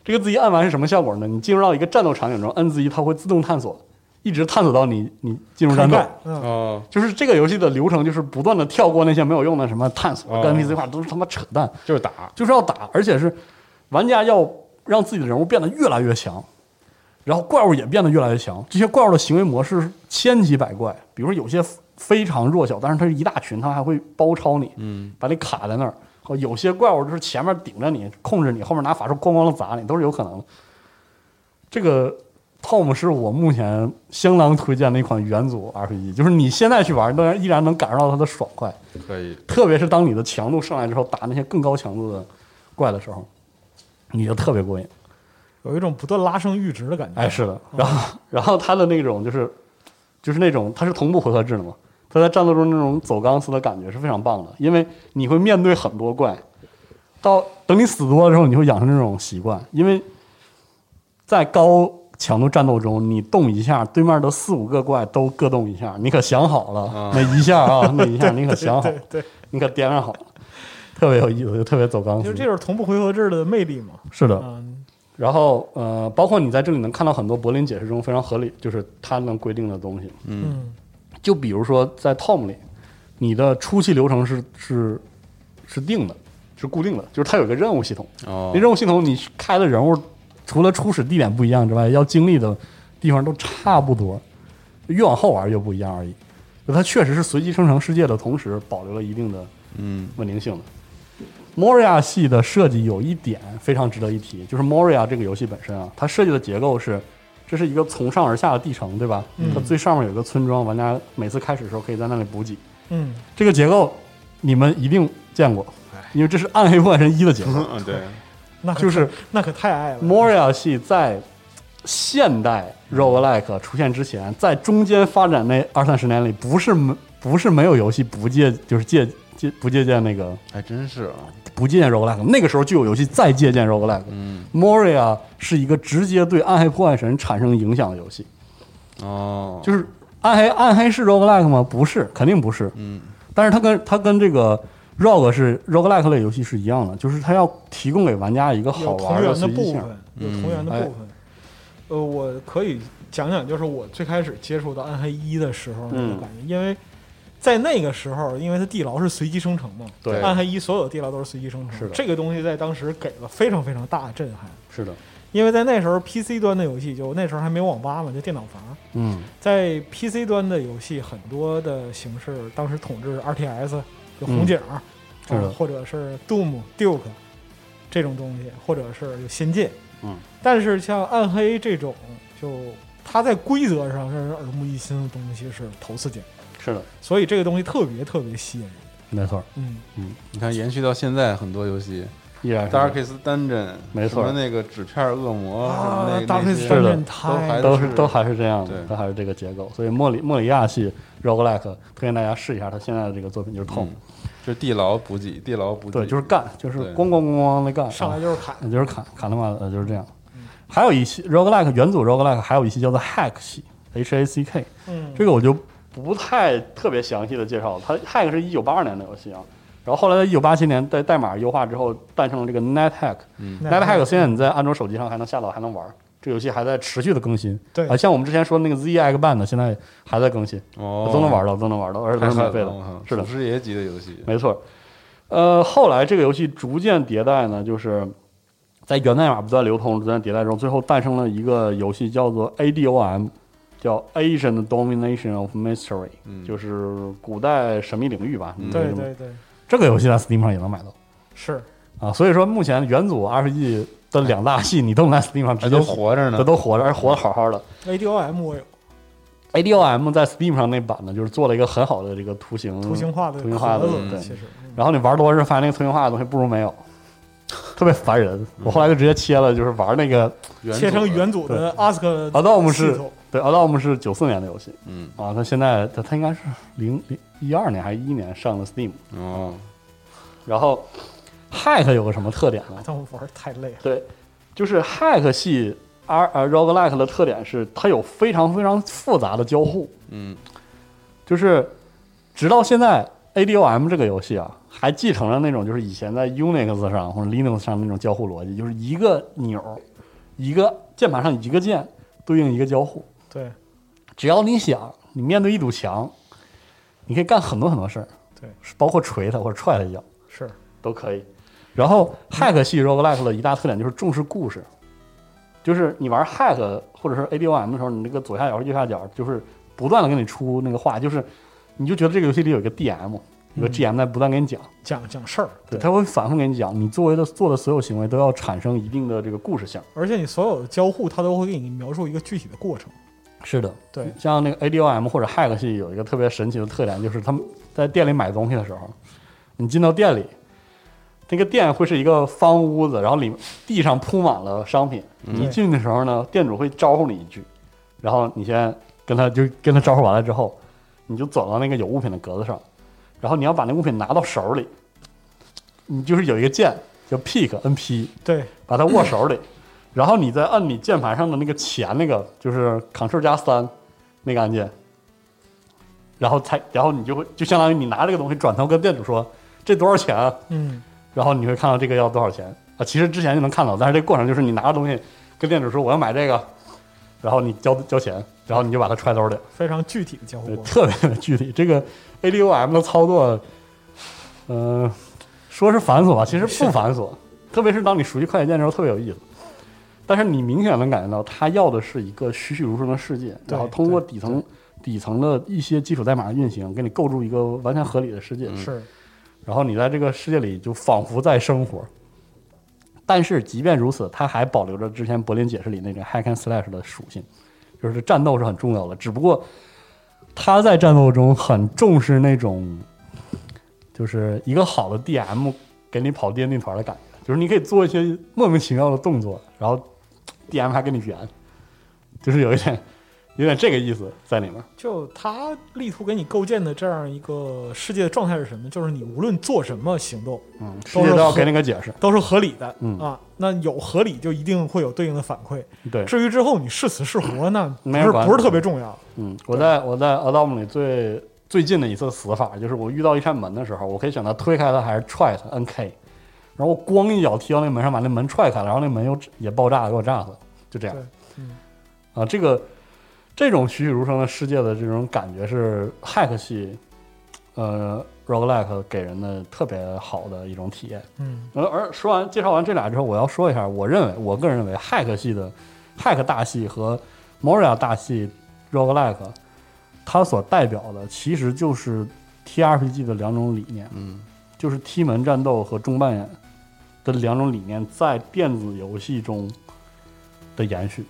这个 Z 按完是什么效果呢？你进入到一个战斗场景中，摁 Z 它会自动探索，一直探索到你你进入战斗。干， 嗯，哦，就是这个游戏的流程，就是不断的跳过那些没有用的什么探索哦跟 NPC 化，都是他妈扯淡，就是打，就是要打，而且是玩家要让自己的人物变得越来越强，然后怪物也变得越来越强。这些怪物的行为模式千奇百怪，比如说有些非常弱小，但是它是一大群，它还会包抄你，嗯把你卡在那儿。哦有些怪物就是前面顶着你，控制你，后面拿法术咣咣的砸你，都是有可能的。这个 Tom 是我目前相当推荐的一款元祖 RPG，就是你现在去玩，当然依然能感受到它的爽快，可以，特别是当你的强度上来之后，打那些更高强度的怪的时候，你就特别过瘾。有一种不断拉升阈值的感觉，哎，是的，然后 然后它的那种就是就是那种它是同步回合制的嘛，它在战斗中那种走钢丝的感觉是非常棒的，因为你会面对很多怪，到等你死多了之后，你会养成这种习惯，因为在高强度战斗中，你动一下，对面的四五个怪都各动一下，你可想好了、啊那一下啊，那一下你可想好， 对对，你可掂量好了， 特别有意思，就特别走钢就丝是。这就是同步回合制的魅力嘛，是的，嗯，然后呃，包括你在这里能看到很多柏林解释中非常合理，就是它能规定的东西。嗯嗯，就比如说在 Tom 里，你的初期流程是是是定的，是固定的，就是它有一个任务系统。哦那任务系统你开的人物，除了初始地点不一样之外，要经历的地方都差不多，越往后玩越不一样而已。就它确实是随机生成世界的同时，保留了一定的嗯稳定性的。Moria 系的设计有一点非常值得一提，就是 Moria 这个游戏本身啊，它设计的结构是，这是一个从上而下的地城，对吧？它最上面有一个村庄，玩家每次开始的时候可以在那里补给。嗯，这个结构你们一定见过，哎因为这是《暗黑破坏神一》的结构。嗯嗯，对，那可就是那可太爱了。 Moria 系在现代 roguelike 出现之前，在中间发展那二三十年里，不是没不是没有游戏不借就是借借不借鉴那个还真是啊，不借鉴 roguelike，那个时候就有游戏再借鉴 roguelike。嗯 Moria 是一个直接对《暗黑破坏神》产生影响的游戏，哦，就是《暗黑暗黑》是 roguelike 吗？不是，肯定不是。嗯但是它跟它跟这个 rogue 是 roguelike 类游戏是一样的，就是它要提供给玩家一个好有同玩的源的随机部性。嗯哎分，有同源的部分。呃，我可以讲讲，就是我最开始接触到《暗黑一》的时候那个嗯感觉，因为在那个时候，因为它地牢是随机生成嘛，对暗黑一》所有的地牢都是随机生成，是的这个东西在当时给了非常非常大的震撼，是的，因为在那时候 PC 端的游戏，就那时候还没有网吧嘛，就电脑房，嗯在 PC 端的游戏很多的形式，当时统治 RTS，有红警，啊嗯是的或者是 Doom、Duke 这种东西，或者是有仙界，嗯，但是像暗黑这种，就它在规则上让人耳目一新的东西是头次见，是的，所以这个东西特别特别吸引人，没错，嗯，你看延续到现在很多游戏依然是这样 Darkest Dungeon，哎没错什么那个纸片恶魔啊什么那 Darkest 那些是的 Dungeon 都太还都是都还是这样的对，都还是这个结构。所以莫里莫里亚系 roguelike 推荐大家试一下他现在的这个作品，就是痛，嗯就是地牢补给，地牢补给，对，就是干，就是嗯对咣咣咣咣的干，上来就是嗯砍，啊就是砍砍他妈的，呃就是这样。还有一系 roguelike 元祖 roguelike 还有一系叫做 hack 系 H A C K，嗯，这个我就不太特别详细的介绍了。它 hack 是一九八二年的游戏啊，然后后来在一九八七年在代码优化之后诞生了这个 net hack。那 Net Hack 现在你在安卓手机上还能下载，还能玩儿。这个游戏还在持续的更新，对啊，像我们之前说那个 Z Egg Band，现在还在更新，哦，都能玩到，都能玩到，而且太都是狠了，免费我的靠，是的祖，师爷级的游戏，没错。呃，后来这个游戏逐渐迭代呢，就是在源代码不断流通、不断迭代中，最后诞生了一个游戏叫做 ADOM，叫 Asian Domination of Mystery，、嗯就是古代神秘领域吧。嗯对对对，这个游戏在 Steam 上也能买到。是啊，所以说目前元祖 RPG 的两大系你都能在 Steam 上直还接哎都活着这呢，都活着，而且活得好好的。 ADOM 我有 ADOM 在 Steam 上那版呢，就是做了一个很好的这个图形图形化的嗯图形化的壳子，嗯对其实，嗯然后你玩多了，发现那个图形化的东西不如没有，特别烦人。我后来就直接切了，就是玩那个原切成祖的元祖的 ASK Adom 系是统。对 Adom 是九四年的游戏嗯啊，它现在它它应该是零零一二年还是一年上的 Steam，哦，然后 Hack 有个什么特点呢？但我玩儿太累了。对，就是 hack 系 R 呃 roguelike 的特点是它有非常非常复杂的交互，嗯就是直到现在 ADOM 这个游戏啊，还继承了那种就是以前在 Unix 上或者 Linux 上那种交互逻辑，就是一个钮儿，一个键盘上一个键对应一个交互，对只要你想，你面对一堵墙，你可以干很多很多事儿，对，包括捶它或者踹它一脚是都可以。然后 hack 系 roguelike 的一大特点就是重视故事，就是你玩 hack 或者是 ADOM 的时候，你那个左下角、右下角就是不断的给你出那个话，就是你就觉得这个游戏里有一个 DM，有个 GM 在不断给你讲，讲讲事儿，嗯对，他会反复给你讲，你作为的做的所有行为都要产生一定的这个故事性。而且你所有的交互，它都会给你描述一个具体的过程。是的，对像那个 ADOM 或者 hack 系有一个特别神奇的特点，就是他们在店里买东西的时候，你进到店里，那个店会是一个方屋子，然后里地上铺满了商品。你一进的时候呢，店主会招呼你一句，然后你先跟他就跟他招呼完了之后，你就走到那个有物品的格子上，然后你要把那物品拿到手里，你就是有一个键叫 pick NP，对，把它握手里，然后你再按你键盘上的那个前那个，就是 Ctrl 加三那个按键，然后才，然后你就会就相当于你拿这个东西转头跟店主说这多少钱啊、嗯，然后你会看到这个要多少钱啊，其实之前就能看到，但是这个过程就是你拿着东西跟店主说我要买这个，然后你交交钱，然后你就把它揣兜里，非常具体的交互对，过程。特别的具体。这个 ADOM 的操作，嗯、说是繁琐吧，其实不繁琐。特别是当你熟悉快捷键之后，特别有意思。但是你明显能感觉到，他要的是一个栩栩如生的世界，对然后通过底层底层的一些基础代码的运行，给你构筑一个完全合理的世界。是然后你在这个世界里就仿佛在生活。但是即便如此，它还保留着之前柏林解释里那个 hack and slash 的属性，就是战斗是很重要的。只不过他在战斗中很重视那种，就是一个好的 DM 给你跑电竞团的感觉，就是你可以做一些莫名其妙的动作，然后 DM 还给你圆，就是有一点有点这个意思在里面。就他力图给你构建的这样一个世界的状态是什么？就是你无论做什么行动嗯，世界都要给你个解释。都是合理的、嗯啊。那有合理就一定会有对应的反馈。对，至于之后你是死是活，那不没人是管不是特别重要。嗯，我在我在 Adam 里最最近的一次死法，就是我遇到一扇门的时候，我可以选择推开它还是踹它，NK。然后我咣一脚踢到那门上，把那门踹开了，然后那门又也爆炸，给我炸死了，就这样对。嗯，啊，这个这种栩栩如生的世界的这种感觉是 hack 系，呃，roguelike 给人的特别好的一种体验。嗯，呃，而说完介绍完这俩之后，我要说一下，我认为我个人认为 hack 系的 hack 大系和 Moria 大系 roguelike，它所代表的其实就是 TRPG 的两种理念，嗯，就是踢门战斗和中扮演的两种理念在电子游戏中的延续。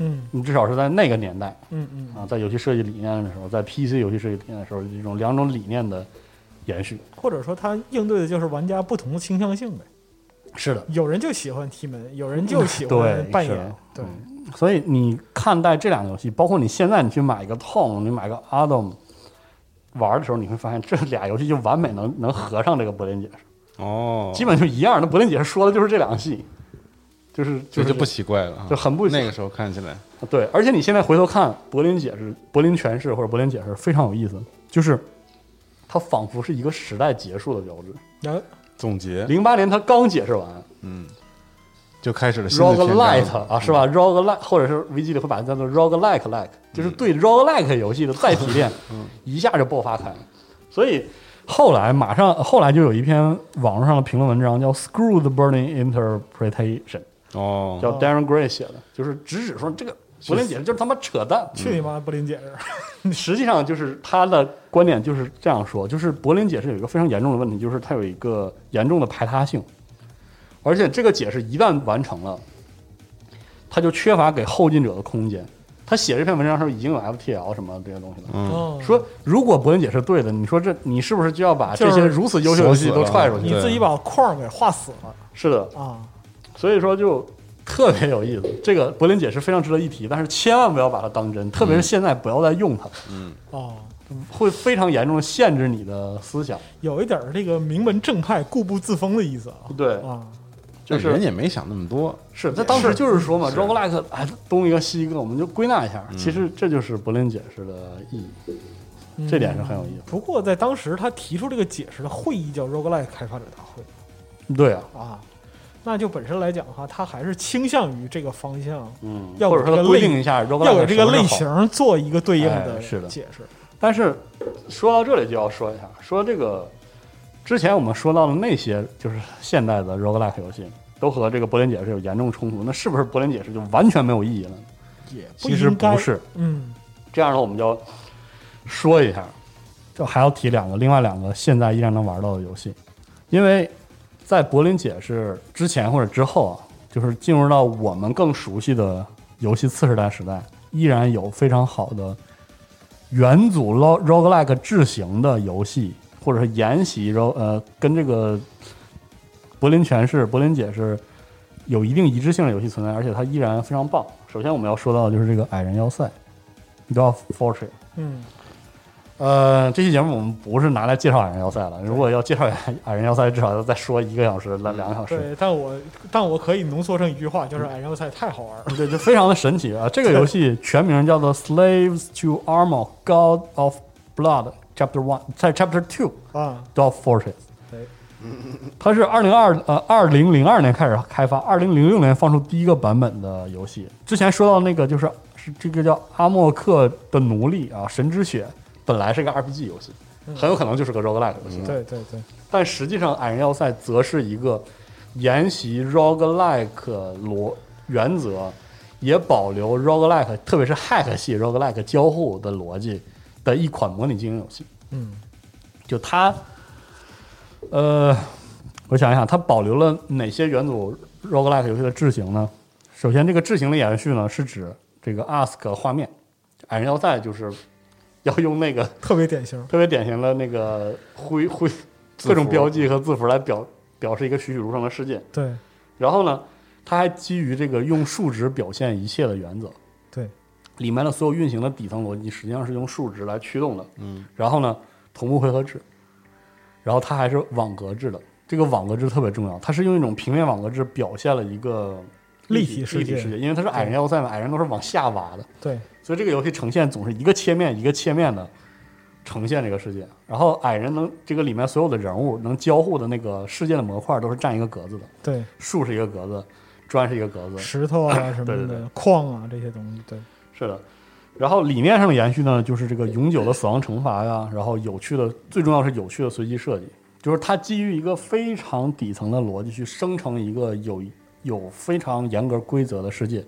嗯你至少是在那个年代嗯嗯啊，在游戏设计理念的时候，在 PC 游戏设计理念的时候，这种两种理念的延续。或者说他应对的就是玩家不同的倾向性呗。是的，有人就喜欢踢门，有人就喜嗯对欢扮是演，对，所以你看待这两个游戏，包括你现在你去买一个 Tom，你买个 Adam 玩的时候，你会发现这俩游戏就完美能能合上这个柏林解释，哦，基本就一样。那柏林解释说的就是这两个戏，就是这是就不奇怪了啊，就很不那个时候看起来，对，而且你现在回头看柏林解释、柏林诠释或者柏林解释非常有意思，就是它仿佛是一个时代结束的标志。然后嗯总结，零八年他刚解释完嗯，就开始了新的篇章 roguelite 啊，是吧？roguelite 或者是危机里会把它叫做 roguelike like，就是嗯对 roguelike 游戏的再提 炼，一下就爆发开了。所以后来马上后来就有一篇网络上的评论文章叫 “Screw the Burning Interpretation”，哦，叫 Darren Gray 写的，就是直指说这个柏林解释就是他妈扯淡。去你妈柏林解释， 实际上就是他的观点就是这样说，就是柏林解释有一个非常严重的问题，就是它有一个严重的排他性，而且这个解释一旦完成了，它就缺乏给后进者的空间。他写这篇文章的时候已经有 FTL 什么这些东西了。嗯，哦说如果柏林解释对的，你说这你是不是就要把这些如此优秀的游戏都踹出去你？自己把框给画死了是的，啊！所以说就特别有意思。这个柏林解释非常值得一提，但是千万不要把它当真，特别是现在不要再用它。哦，会非常严重地限制你的思想。有一点儿这个名门正派固步自封的意思啊对啊！就但是人也没想那么多，是他当时就是嗯说嘛，roguelike 哎，东一个西一个，我们就归纳一下，其实这就是柏林解释的意义，嗯这点是很有意思不过在当时他提出这个解释的会议叫 Roguelike 开发者大会的。对啊，啊，那就本身来讲的话，他还是倾向于这个方向，嗯，要或者有这说个规类定一下 roguelike 要有这个什么是类好型。儿做一个对应的哎是的解释。但是说到这里就要说一下，说这个之前我们说到的那些就是现代的 roguelike 游戏，都和这个柏林解释有严重冲突，那是不是柏林解释就完全没有意义了？也不其实应该不是，，嗯，这样呢，我们就说一下，就还要提两个，另外两个现在依然能玩到的游戏，因为在柏林解释之前或者之后啊，就是进入到我们更熟悉的游戏次时代时代，依然有非常好的元祖 ro- roguelike 制型的游戏，或者是沿袭 ro 呃跟这个柏林诠释、柏林解释有一定一致性的游戏存在，而且它依然非常棒。首先我们要说到的就是这个矮人要塞。Dwarf Fortress。嗯，呃，这期节目我们不是拿来介绍矮人要塞了。如果要介绍矮人要塞，至少要再说一个小时、两两个小时。对，但我但我可以浓缩成一句话，就是嗯矮人赛太好玩儿了。对，就非常的神奇啊！这个游戏全名叫做《Slaves to Armor: God of Blood Chapter One》，在 Chapter Two 啊， Dwarf Fortress 对。它是二零二呃二零零二年开始开发，二零零六年放出第一个版本的游戏。之前说到那个就是是这个叫阿莫克的奴隶啊，神之血本来是个 RPG 游戏，很有可能就是个 roguelike 游戏。对对对，但实际上，《矮人要塞》则是一个沿袭 roguelike 逻原则，也保留 roguelike，特别是 hack 系 roguelike 交互的逻辑的一款模拟经营游戏。嗯，就它，呃，我想一想，它保留了哪些元祖 roguelike 游戏的制型呢？首先，这个制型的延续呢，是指这个 ask 画面，《矮人要塞》就是要用那个特别典型。特别典型的那个灰灰字符各种标记和字符来表表示一个栩栩如生的世界。对然后呢，它还基于这个用数值表现一切的原则，对，里面的所有运行的底层逻辑实际上是用数值来驱动的。嗯，然后呢，同步回合制，然后它还是网格制的。这个网格制特别重要，它是用一种平面网格制表现了一个立体体世界立体世界，因为它是矮人要塞嘛，矮人都是往下挖的。对，所以这个游戏呈现总是一个切面一个切面的呈现这个世界。然后矮人能这个里面所有的人物能交互的那个世界的模块都是占一个格子的，对，树是一个格子，砖是一个格子，石 头啊什么的，对对对矿啊这些东西，对是的。然后理念上的延续呢，就是这个永久的死亡惩罚呀，然后有趣的，最重要是有趣的随机设计，就是它基于一个非常底层的逻辑去生成一个有有非常严格规则的世界。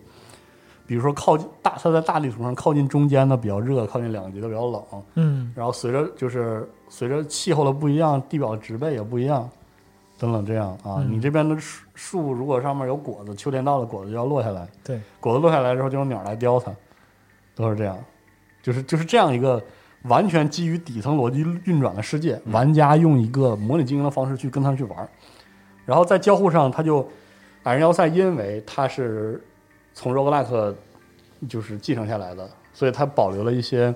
比如说靠近大，它在大地图上靠近中间的比较热，靠近两极的比较冷，嗯，然后随着就是随着气候的不一样，地表的植被也不一样，等等这样啊，嗯你这边的树树如果上面有果子，秋天到了果子就要落下来，对，果子落下来之后就有鸟来叼它，都是这样，就是就是这样一个完全基于底层逻辑运转的世界，玩家用一个模拟经营的方式去跟他去玩儿，然后在交互上他就矮人要塞，因为它是从 roguelike 就是继承下来的，所以它保留了一些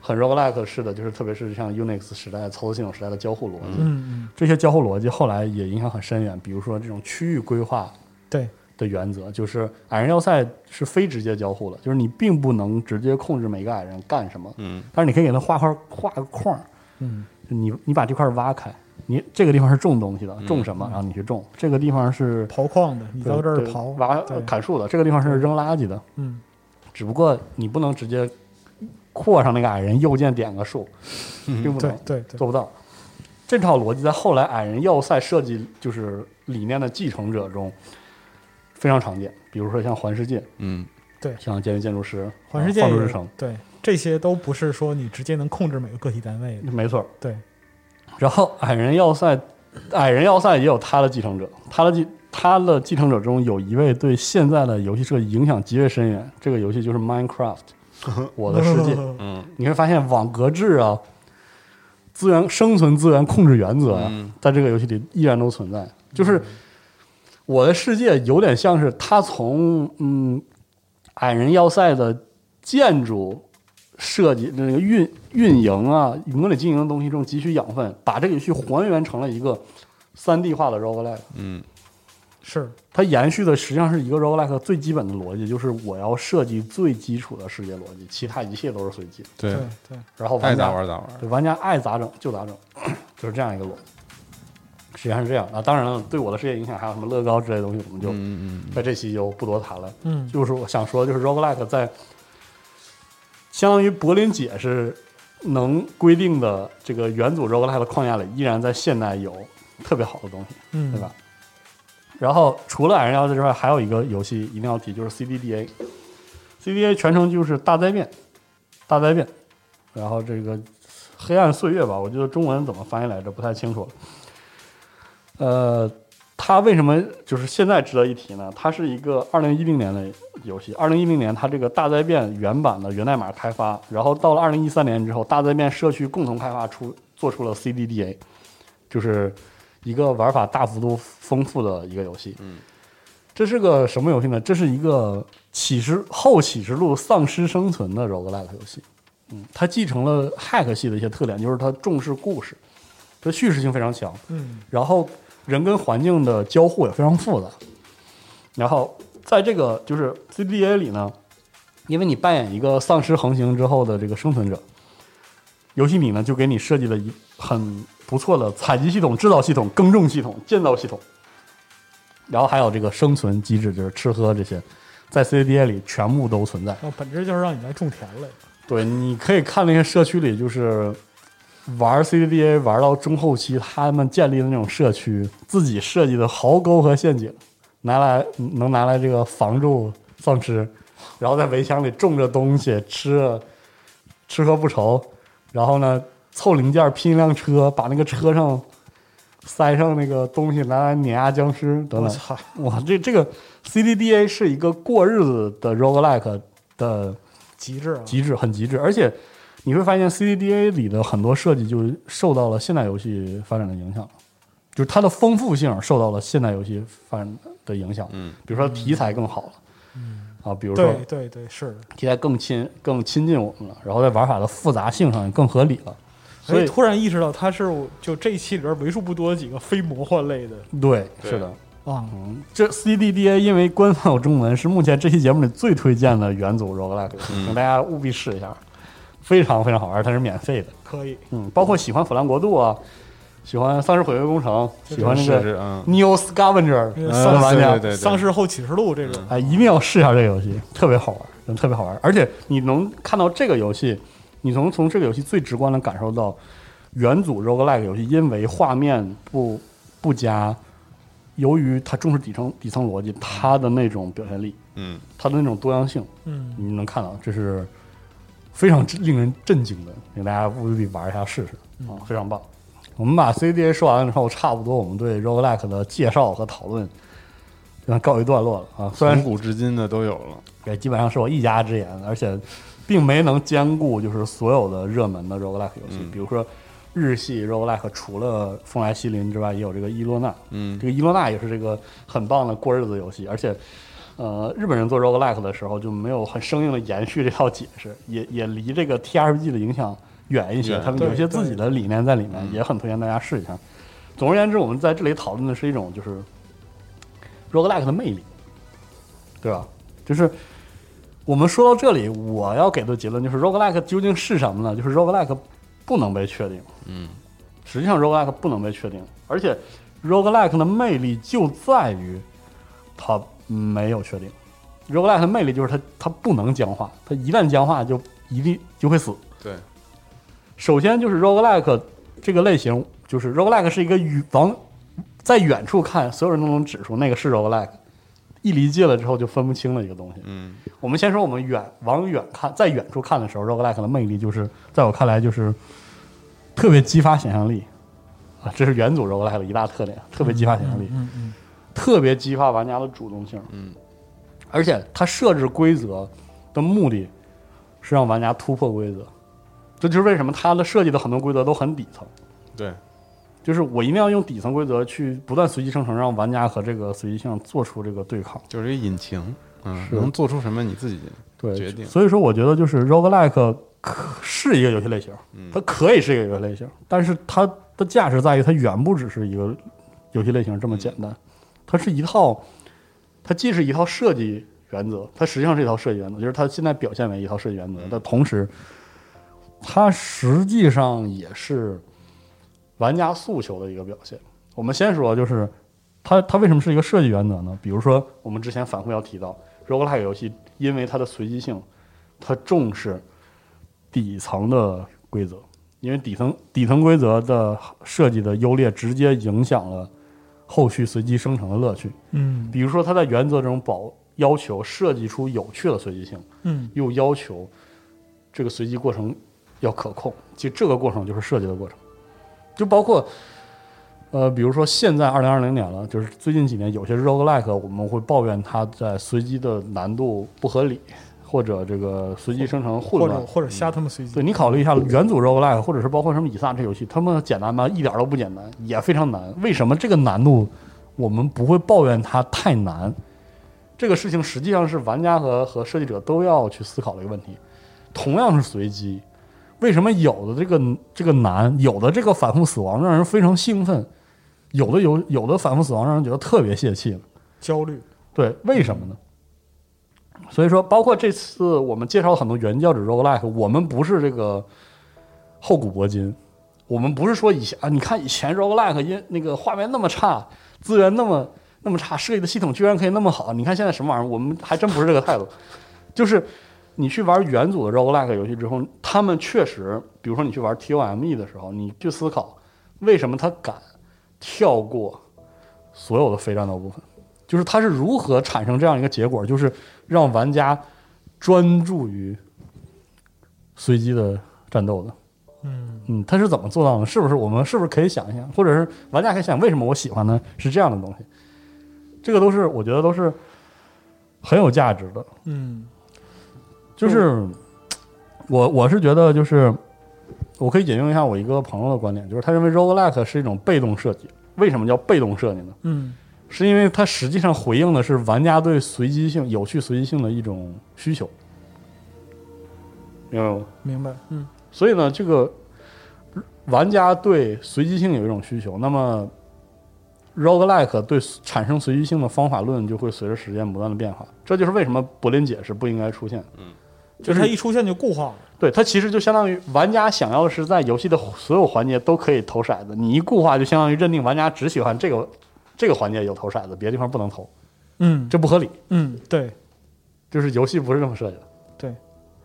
很 roguelike 式的，就是特别是像 Unix 时代、操作系统时代的交互逻辑。嗯嗯，这些交互逻辑后来也影响很深远，比如说这种区域规划对的原则，就是矮人要塞是非直接交互的，就是你并不能直接控制每个矮人干什么，嗯，但是你可以给他画块画个框儿，嗯你你把这块儿挖开，你这个地方是种东西的，种什么然后你去种，这个地方是刨矿的，你到这儿对对刨，挖对砍树的，这个地方是扔垃圾的，嗯，只不过你不能直接扩上那个矮人右键点个树，并不对能对对，做不到。这套逻辑在后来矮人要塞设计就是理念的继承者中非常常见，比如说像环世界、嗯，像监狱建筑师、啊环世界放逐也之城，对，这些都不是说你直接能控制每个个体单位的，没错。对，然后矮人要塞，矮人要塞也有他的继承者，他的继他的继承者中有一位对现在的游戏设计影响极为深远，这个游戏就 是 Minecraft，我的世界。你会发现网格制啊，资源生存资源控制原则啊，嗯在这个游戏里依然都存在。就是我的世界有点像是它从嗯矮人要塞的建筑设计那个运运营啊模拟经营的东西中汲取养分，把这个游戏还原成了一个三 D 化的 roguelike。嗯，是它延续的实际上是一个 roguelike 最基本的逻辑，就是我要设计最基础的世界逻辑，其他一切都是随机的。对，对对，然后爱玩家咋玩咋玩，对，玩家爱咋整就咋整，就是这样一个逻辑。实际上是这样啊，当然了，对我的世界影响还有什么乐高之类的东西，我们就嗯嗯在这期就不多谈了。嗯，就是我想说，就是 roguelike 在相当于柏林解是能规定的这个元祖 roguelike 的框架里，依然在现代有特别好的东西，嗯对吧？然后除了矮人要塞之外，还有一个游戏一定要提，就是 CDDA。CDA 全称就是大灾变，大灾变，然后这个黑暗岁月吧，我觉得中文怎么翻译来着不太清楚了。呃，它为什么就是现在值得一提呢？它是一个二零一零年的游戏，二零一零年它这个大灾变原版的源代码开发，然后到了二零一三年之后，大灾变社区共同开发出做出了 CDDA，就是一个玩法大幅度丰富的一个游戏。嗯，这是个什么游戏呢？这是一个启示后启示录丧尸生存的 roguelike 游戏。嗯，它继承了 hack 系的一些特点，就是它重视故事，它叙事性非常强。嗯然后人跟环境的交互也非常复杂。然后在这个就是 CDA 里呢，因为你扮演一个丧尸横行之后的这个生存者，游戏里呢就给你设计了一很不错的采集系统、制造系统、耕种系统、建造系统，然后还有这个生存机制，就是吃喝这些，在 CDA 里全部都哦存在。那本质就是让你来种田来了，对，你可以看那些社区里，就是玩 CDDA 玩到中后期，他们建立的那种社区，自己设计的壕沟和陷阱，拿来能拿来这个防住丧尸，然后在围墙里种着东西，吃着吃喝不愁，然后呢凑零件拼一辆车，把那个车上塞上那个东西拿来碾压僵尸等我等。操，哇，这这个 CDDA 是一个过日子的 roguelike 的极致啊！极致，很极致。而且你会发现 CDDA 里的很多设计就受到了现代游戏发展的影响，就是它的丰富性受到了现代游戏发展的影响。嗯，比如说题材更好了，啊，比如说对对对，是的。题材更亲更亲近我们了，然后在玩法的复杂性上也更合理了。所所以以突然意识到，它是我就这一期里边为数不多的几个非魔幻类的对，对是的，啊，嗯，这 CDDA 因为官方有中文，是目前这期节目里最推荐的元祖 roguelike，嗯请大家务必试一下，非常非常好玩，它是免费的。可以嗯，包括喜欢《腐烂国度》啊，喜欢《丧尸毁灭工程》，喜欢那是个是嗯 Neo Scavenger 那个的丧玩对对家，对对，丧尸后启示录这种，哎，一定要试一下这个游戏，特别好玩，真的特别好玩。而且你能看到这个游戏，你能从这个游戏最直观的感受到，元祖 roguelike 游戏因为画面不不佳，由于它重视底层底层逻辑，它的那种表现力，嗯，它的那种多样性，嗯，你能看到，这是非常令人震惊的，请大家务必玩一下试试啊、非常棒。我们把 CDA 说完了之后，差不多我们对 roguelike 的介绍和讨论就告一段落了啊。虽然从古至今的都有了，也基本上是我一家之言，而且并没能兼顾就是所有的热门的 roguelike 游戏，嗯比如说日系 roguelike 除了《风来西林》之外，也有这个伊洛娜，嗯这个伊洛娜也是这个很棒的过日子游戏，而且，呃，日本人做 roguelike 的时候就没有很生硬的延续这套解释，也也离这个 TRPG 的影响远一些，远嗯他们对有一些自己的理念在里面，也很推荐大家试一下。总而言之，我们在这里讨论的是一种就是 roguelike 的魅力，对吧？就是我们说到这里，我要给的结论就是 roguelike 究竟是什么呢？就是 roguelike 不能被确定。嗯，实际上 roguelike 不能被确定，而且 roguelike 的魅力就在于它没有确定。roguelike 的魅力就是它它不能僵化，它一旦僵化就一定就会死。对，首先就是 roguelike 这个类型，就是 roguelike 是一个远往在远处看，所有人都能指出那个是 roguelike，一离近了之后就分不清了一个东西。嗯我们先说我们远往远看，在远处看的时候，roguelike 的魅力就是，在我看来就是特别激发想象力啊，这是元祖 roguelike 的一大特点，特别激发想象力，嗯嗯，特别激发玩家的主动性，嗯，而且它设置规则的目的是让玩家突破规则，这就是为什么它的设计的很多规则都很底层，对，就是我一定要用底层规则去不断随机生成，让玩家和这个随机性做出这个对抗。就是一引擎，嗯，是能做出什么你自己对，决定所以说，我觉得就是 roguelike 可是一个游戏类型，嗯它可以是一个游戏类型，但是它的价值在于它远不只是一个游戏类型这么简嗯单，它是一套，它既是一套设计原则，它实际上是一套设计原则，就是它现在表现为一套设计原嗯则，但同时，它实际上也是玩家诉求的一个表现。我们先说，就是它它为什么是一个设计原则呢？比如说，我们之前反复要提到 roguelike 游戏，因为它的随机性，它重视底层的规则，因为底层底层规则的设计的优劣，直接影响了后续随机生成的乐趣。嗯比如说，它在原则中保要求设计出有趣的随机性，嗯又要求这个随机过程要可控。其实这个过程就是设计的过程，就包括呃，比如说现在二零二零年了，就是最近几年有些 roguelike 我们会抱怨它在随机的难度不合理，或者这个随机生成混或乱嗯者。或者瞎他妈随机，对你考虑一下元祖 roguelike，或者是包括什么以撒这游戏，他们简单吗？一点都不简单，也非常难。为什么这个难度我们不会抱怨它太难？这个事情实际上是玩家和和设计者都要去思考的一个问题。同样是随机，为什么有的这个这个难，有的这个反复死亡让人非常兴奋，有的有有的反复死亡让人觉得特别泄气呢？焦虑，对，为什么呢？所以说，包括这次我们介绍了很多原教旨 roguelike，我们不是这个厚古薄今，我们不是说以前啊，你看以前 roguelike 因那个画面那么差，资源那么那么差，设计的系统居然可以那么好，你看现在什么玩意儿？我们还真不是这个态度，就是你去玩元祖的 roguelike 游戏之后，他们确实，比如说你去玩 TOME E 的时候，你去思考为什么他敢跳过所有的非战斗部分，就是他是如何产生这样一个结果，就是让玩家专注于随机的战斗的。嗯，嗯，他是怎么做到的？是不是我们是不是可以想一想，或者是玩家可以想，为什么我喜欢呢？是这样的东西，这个都是我觉得都是很有价值的。嗯，就是我我是觉得就是我可以引用一下我一个朋友的观点，就是他认为 roguelike 是一种被动设计。为什么叫被动设计呢？嗯，是因为它实际上回应的是玩家对随机性、有趣随机性的一种需求，明白吗？明白，嗯所以呢，这个玩家对随机性有一种需求，那么 roguelike 对产生随机性的方法论就会随着时间不断的变化。这就是为什么柏林解释不应该出现。就是它一出现就固化了，对它其实就相当于玩家想要的是在游戏的所有环节都可以投骰子，你一固化就相当于认定玩家只喜欢这个这个环节有投骰子，别的地方不能投，嗯这不合理。嗯，对，就是游戏不是这么设计的。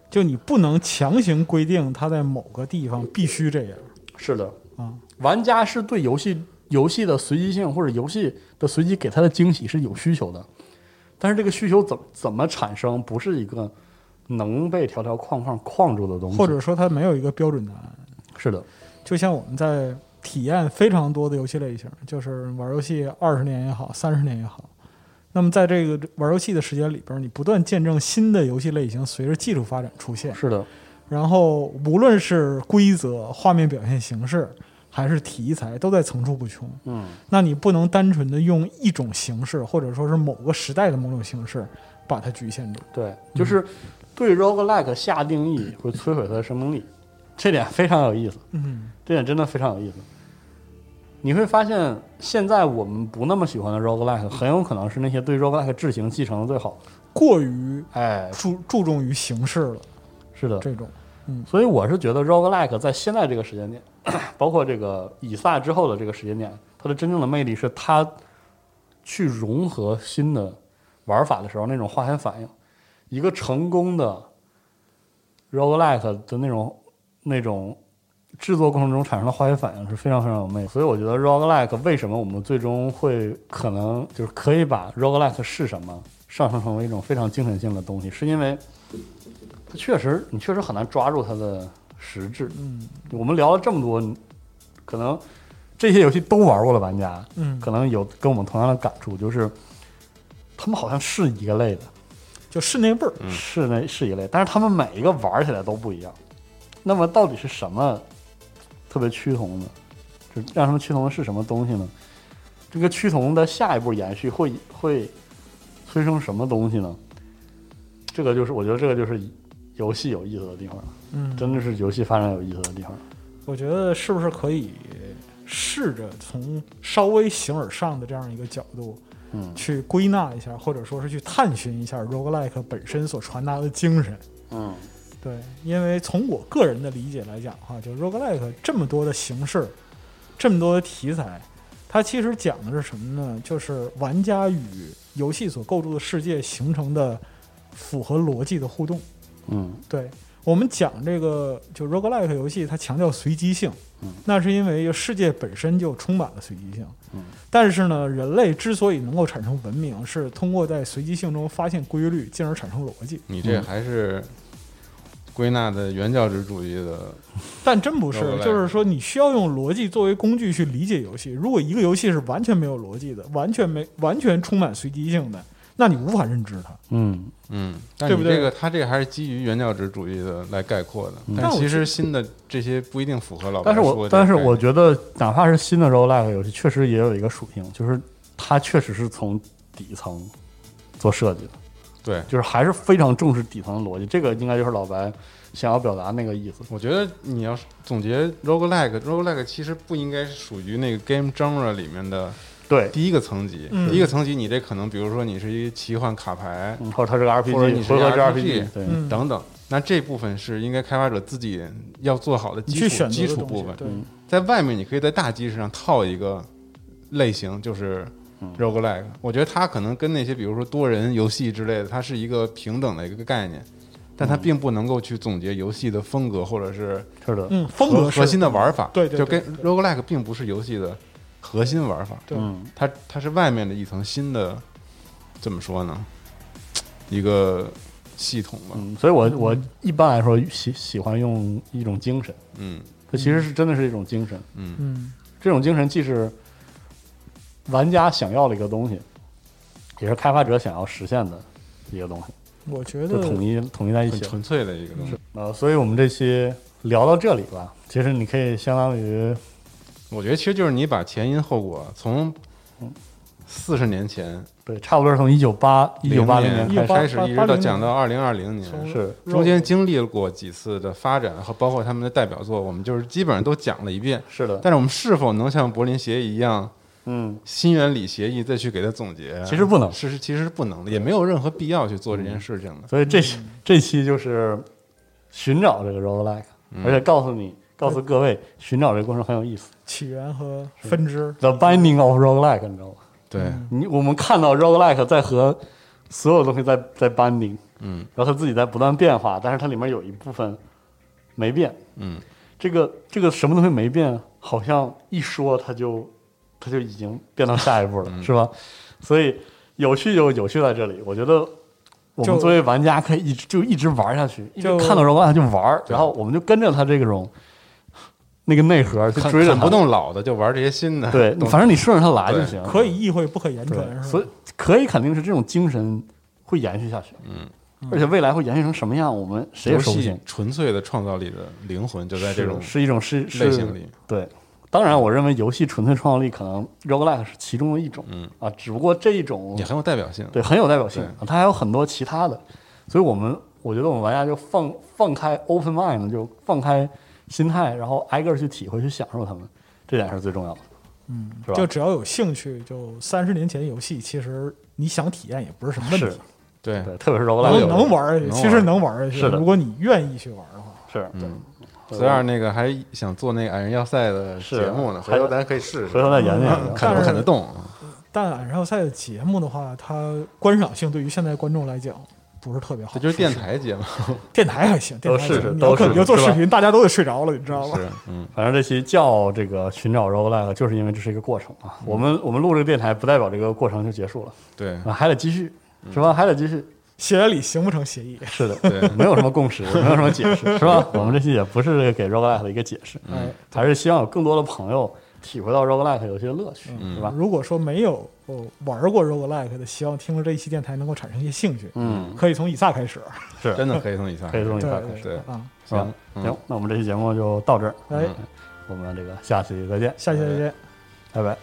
就你不能强行规定它在某个地方必须这样，是的，嗯，玩家是对游戏游戏的随机性或者游戏的随机给他的惊喜是有需求的，但是这个需求怎怎么产生，不是一个能被条条框框框住的东西。或者说它没有一个标准答案。是的，就像我们在体验非常多的游戏类型，就是玩游戏二十年也好，三十年也好。那么在这个玩游戏的时间里边，你不断见证新的游戏类型随着技术发展出现，是的，然后无论是规则、画面表现形式，还是题材，都在层出不穷。嗯，那你不能单纯的用一种形式，或者说是某个时代的某种形式，把它局限住。对，就是对 roguelike 下定义会摧毁它的生命力，这点非常有意思。嗯这点真的非常有意思。你会发现，现在我们不那么喜欢的 roguelike，很有可能是那些对 roguelike 制型继承的最好的。过于哎，注注重于形式了，是的，这种。所以我是觉得 roguelike 在现在这个时间点， 包括这个以撒之后的这个时间点，它的真正的魅力是它去融合新的玩法的时候那种化学反应。一个成功的 roguelike 的那种那种制作过程中产生的化学反应是非常非常有魅力。所以我觉得 roguelike 为什么我们最终会可能就是可以把 roguelike 是什么上升成为一种非常精神性的东西，是因为。它确实，你确实很难抓住它的实质。嗯我们聊了这么多，你可能这些游戏都玩过的玩家，嗯，可能有跟我们同样的感触，就是他们好像是一个类的，就室内味儿。嗯是那是一类，但是他们每一个玩起来都不一样。那么到底是什么特别趋同呢？就让他们趋同的是什么东西呢？这个趋同的下一步延续会会催生什么东西呢？这个就是我觉得这个就是游戏有意思的地方了。嗯，真的是游戏发展有意思的地方。我觉得是不是可以试着从稍微形而上的这样一个角度嗯去归纳一下，或者说是去探寻一下 roguelike 本身所传达的精神。嗯对，因为从我个人的理解来讲的话，就 roguelike 这么多的形式，这么多的题材，它其实讲的是什么呢？就是玩家与游戏所构筑的世界形成的符合逻辑的互动。嗯对我们讲这个就 roguelike 游戏，它强调随机性，嗯那是因为世界本身就充满了随机性。嗯但是呢，人类之所以能够产生文明，是通过在随机性中发现规律，进而产生逻辑。你这嗯还是归纳的原教旨主义的，但真不是 roguelike，就是说你需要用逻辑作为工具去理解游戏。如果一个游戏是完全没有逻辑的，完全没完全充满随机性的，那你无法认知它。嗯嗯，但对你不对这个它这个还是基于原教旨主义的来概括的，嗯但但我其觉实新的这些不一定符合老白但是说我的但是概念我觉得，哪怕是新的 roguelike 游戏，确实也有一个属性，就是它确实是从底层做设计的，对，就是还是非常重视底层的逻辑。这个应该就是老白想要表达那个意思。我觉得你要是总结 roguelike，roguelike 其实不应该是属于那个 game genre 里面的对，第一个层级。嗯第一个层级，你这可能比如说你是一奇幻卡牌、嗯或者它是个或者你 RPG，是回合制 RPG RPG，对，嗯，等等，那这部分是应该开发者自己要做好的你基去础选择基的础东西部分。对，嗯在外面你可以在大基石上套一个类型，就是嗯 roguelike。我觉得它可能跟那些比如说多人游戏之类的，它是一个平等的一个概念。但它并不能够去总结游戏的风格或者是是的，嗯，风格核是核心的玩法，对对就对跟对 roguelike 并不是游戏的核心玩法，对嗯它它是外面的一层新的，怎么说呢？一个系统吧，嗯，所以我我一般来说喜喜欢用一种精神，嗯它其实是真的是一种精神，嗯嗯这种精神既是玩家想要的一个东西，也是开发者想要实现的一个东西，，我觉就得统一统一在一很起了。纯粹的一个东西。呃，所以我们这期聊到这里吧。其实你可以相当于我觉得其实就是你把前因后果从嗯四十年前对，差不多是从一九八一九八零年年开开始，始， 1880一直到讲到二零二零年，从是中间经历过几次的发展和包括他们的代表作，我们就是基本上都讲了一遍。是的，但是我们是否能像柏林协议一样，嗯，新原理协议再去给它总结？其实嗯不能是是其实是不能的，也没有任何必要去做这件事情的。所以这嗯这期就是寻找这个 roguelike，、而且告诉你，告诉各位，寻找这个过程很有意思。起源和分支 The Binding of Roguelike，你知道吗？对，你我们看到 roguelike 在和所有东西在在 binding，嗯然后它自己在不断变化，但是它里面有一部分没变。嗯，这个这个什么东西没变，好像一说它就它就已经变到下一步了，嗯是吧？所以有趣就有趣在这里，我觉得。我们就作为玩家，可以一直就一直玩下去，一直就看到 roguelike 就玩儿，然后我们就跟着它这种那个内核去看追着看它不动老的，就玩这些新的。对，懂反正你顺着它来就对行。可以意会不可言对，传，是所吧？以可以肯定是这种精神会延续下去，嗯，而且未来会延续成什么样，我们谁也游说不戏清。纯粹的创造力的灵魂就在是这种是一种是类型里，是对。当然，我认为游戏纯粹创造力可能 roguelike 是其中的一种，嗯啊，只不过这一种也很有代表性。对很有代表性对啊，它还有很多其他的，所以我们我觉得我们玩家就放放开 open mind，就放开心态，然后挨个儿去体会去享受它们，这点是最重要的，嗯，是吧？就只要有兴趣，就三十年前的游戏，其实你想体验也不是什么问是题，对对，特别是能 roguelike 能玩下能玩去，其实能玩下去是。的如果你愿意去玩的话，是对。嗯四二那个还想做那个矮人要塞的是节目呢，还回头咱可以试回试，头再研究研究。看能不看得动。啊但《燃烧赛》的节目的话，它观赏性对于现在观众来讲不是特别好。这就是电说实话台节目， 电台还行，电台还都是行。你要都是可你要做是视吧频，大家都得睡着了，你知道吗？是嗯，反正这期叫这个寻找 roguelike，就是因为这是一个过程啊。嗯我们我们录这个电台，不代表这个过程就结束了对啊，还得继续，是吧？还得继续。协原理形不成协议。是的，嗯 对没有什么共识，没有什么解释，是吧？我们这期也不是给 roguelike 的一个解释，嗯哎，还是希望有更多的朋友体会到 roguelike 游戏的乐趣，嗯是吧？如果说没有呃玩过 roguelike 的，希望听了这一期电台能够产生一些兴趣，嗯，可以从以萨开始。是，真的可以从以下可以从以下开对始，对啊，是吧行？行嗯，，那我们这期节目就到这儿，哎，我们这个下期再见，下期再见。拜拜。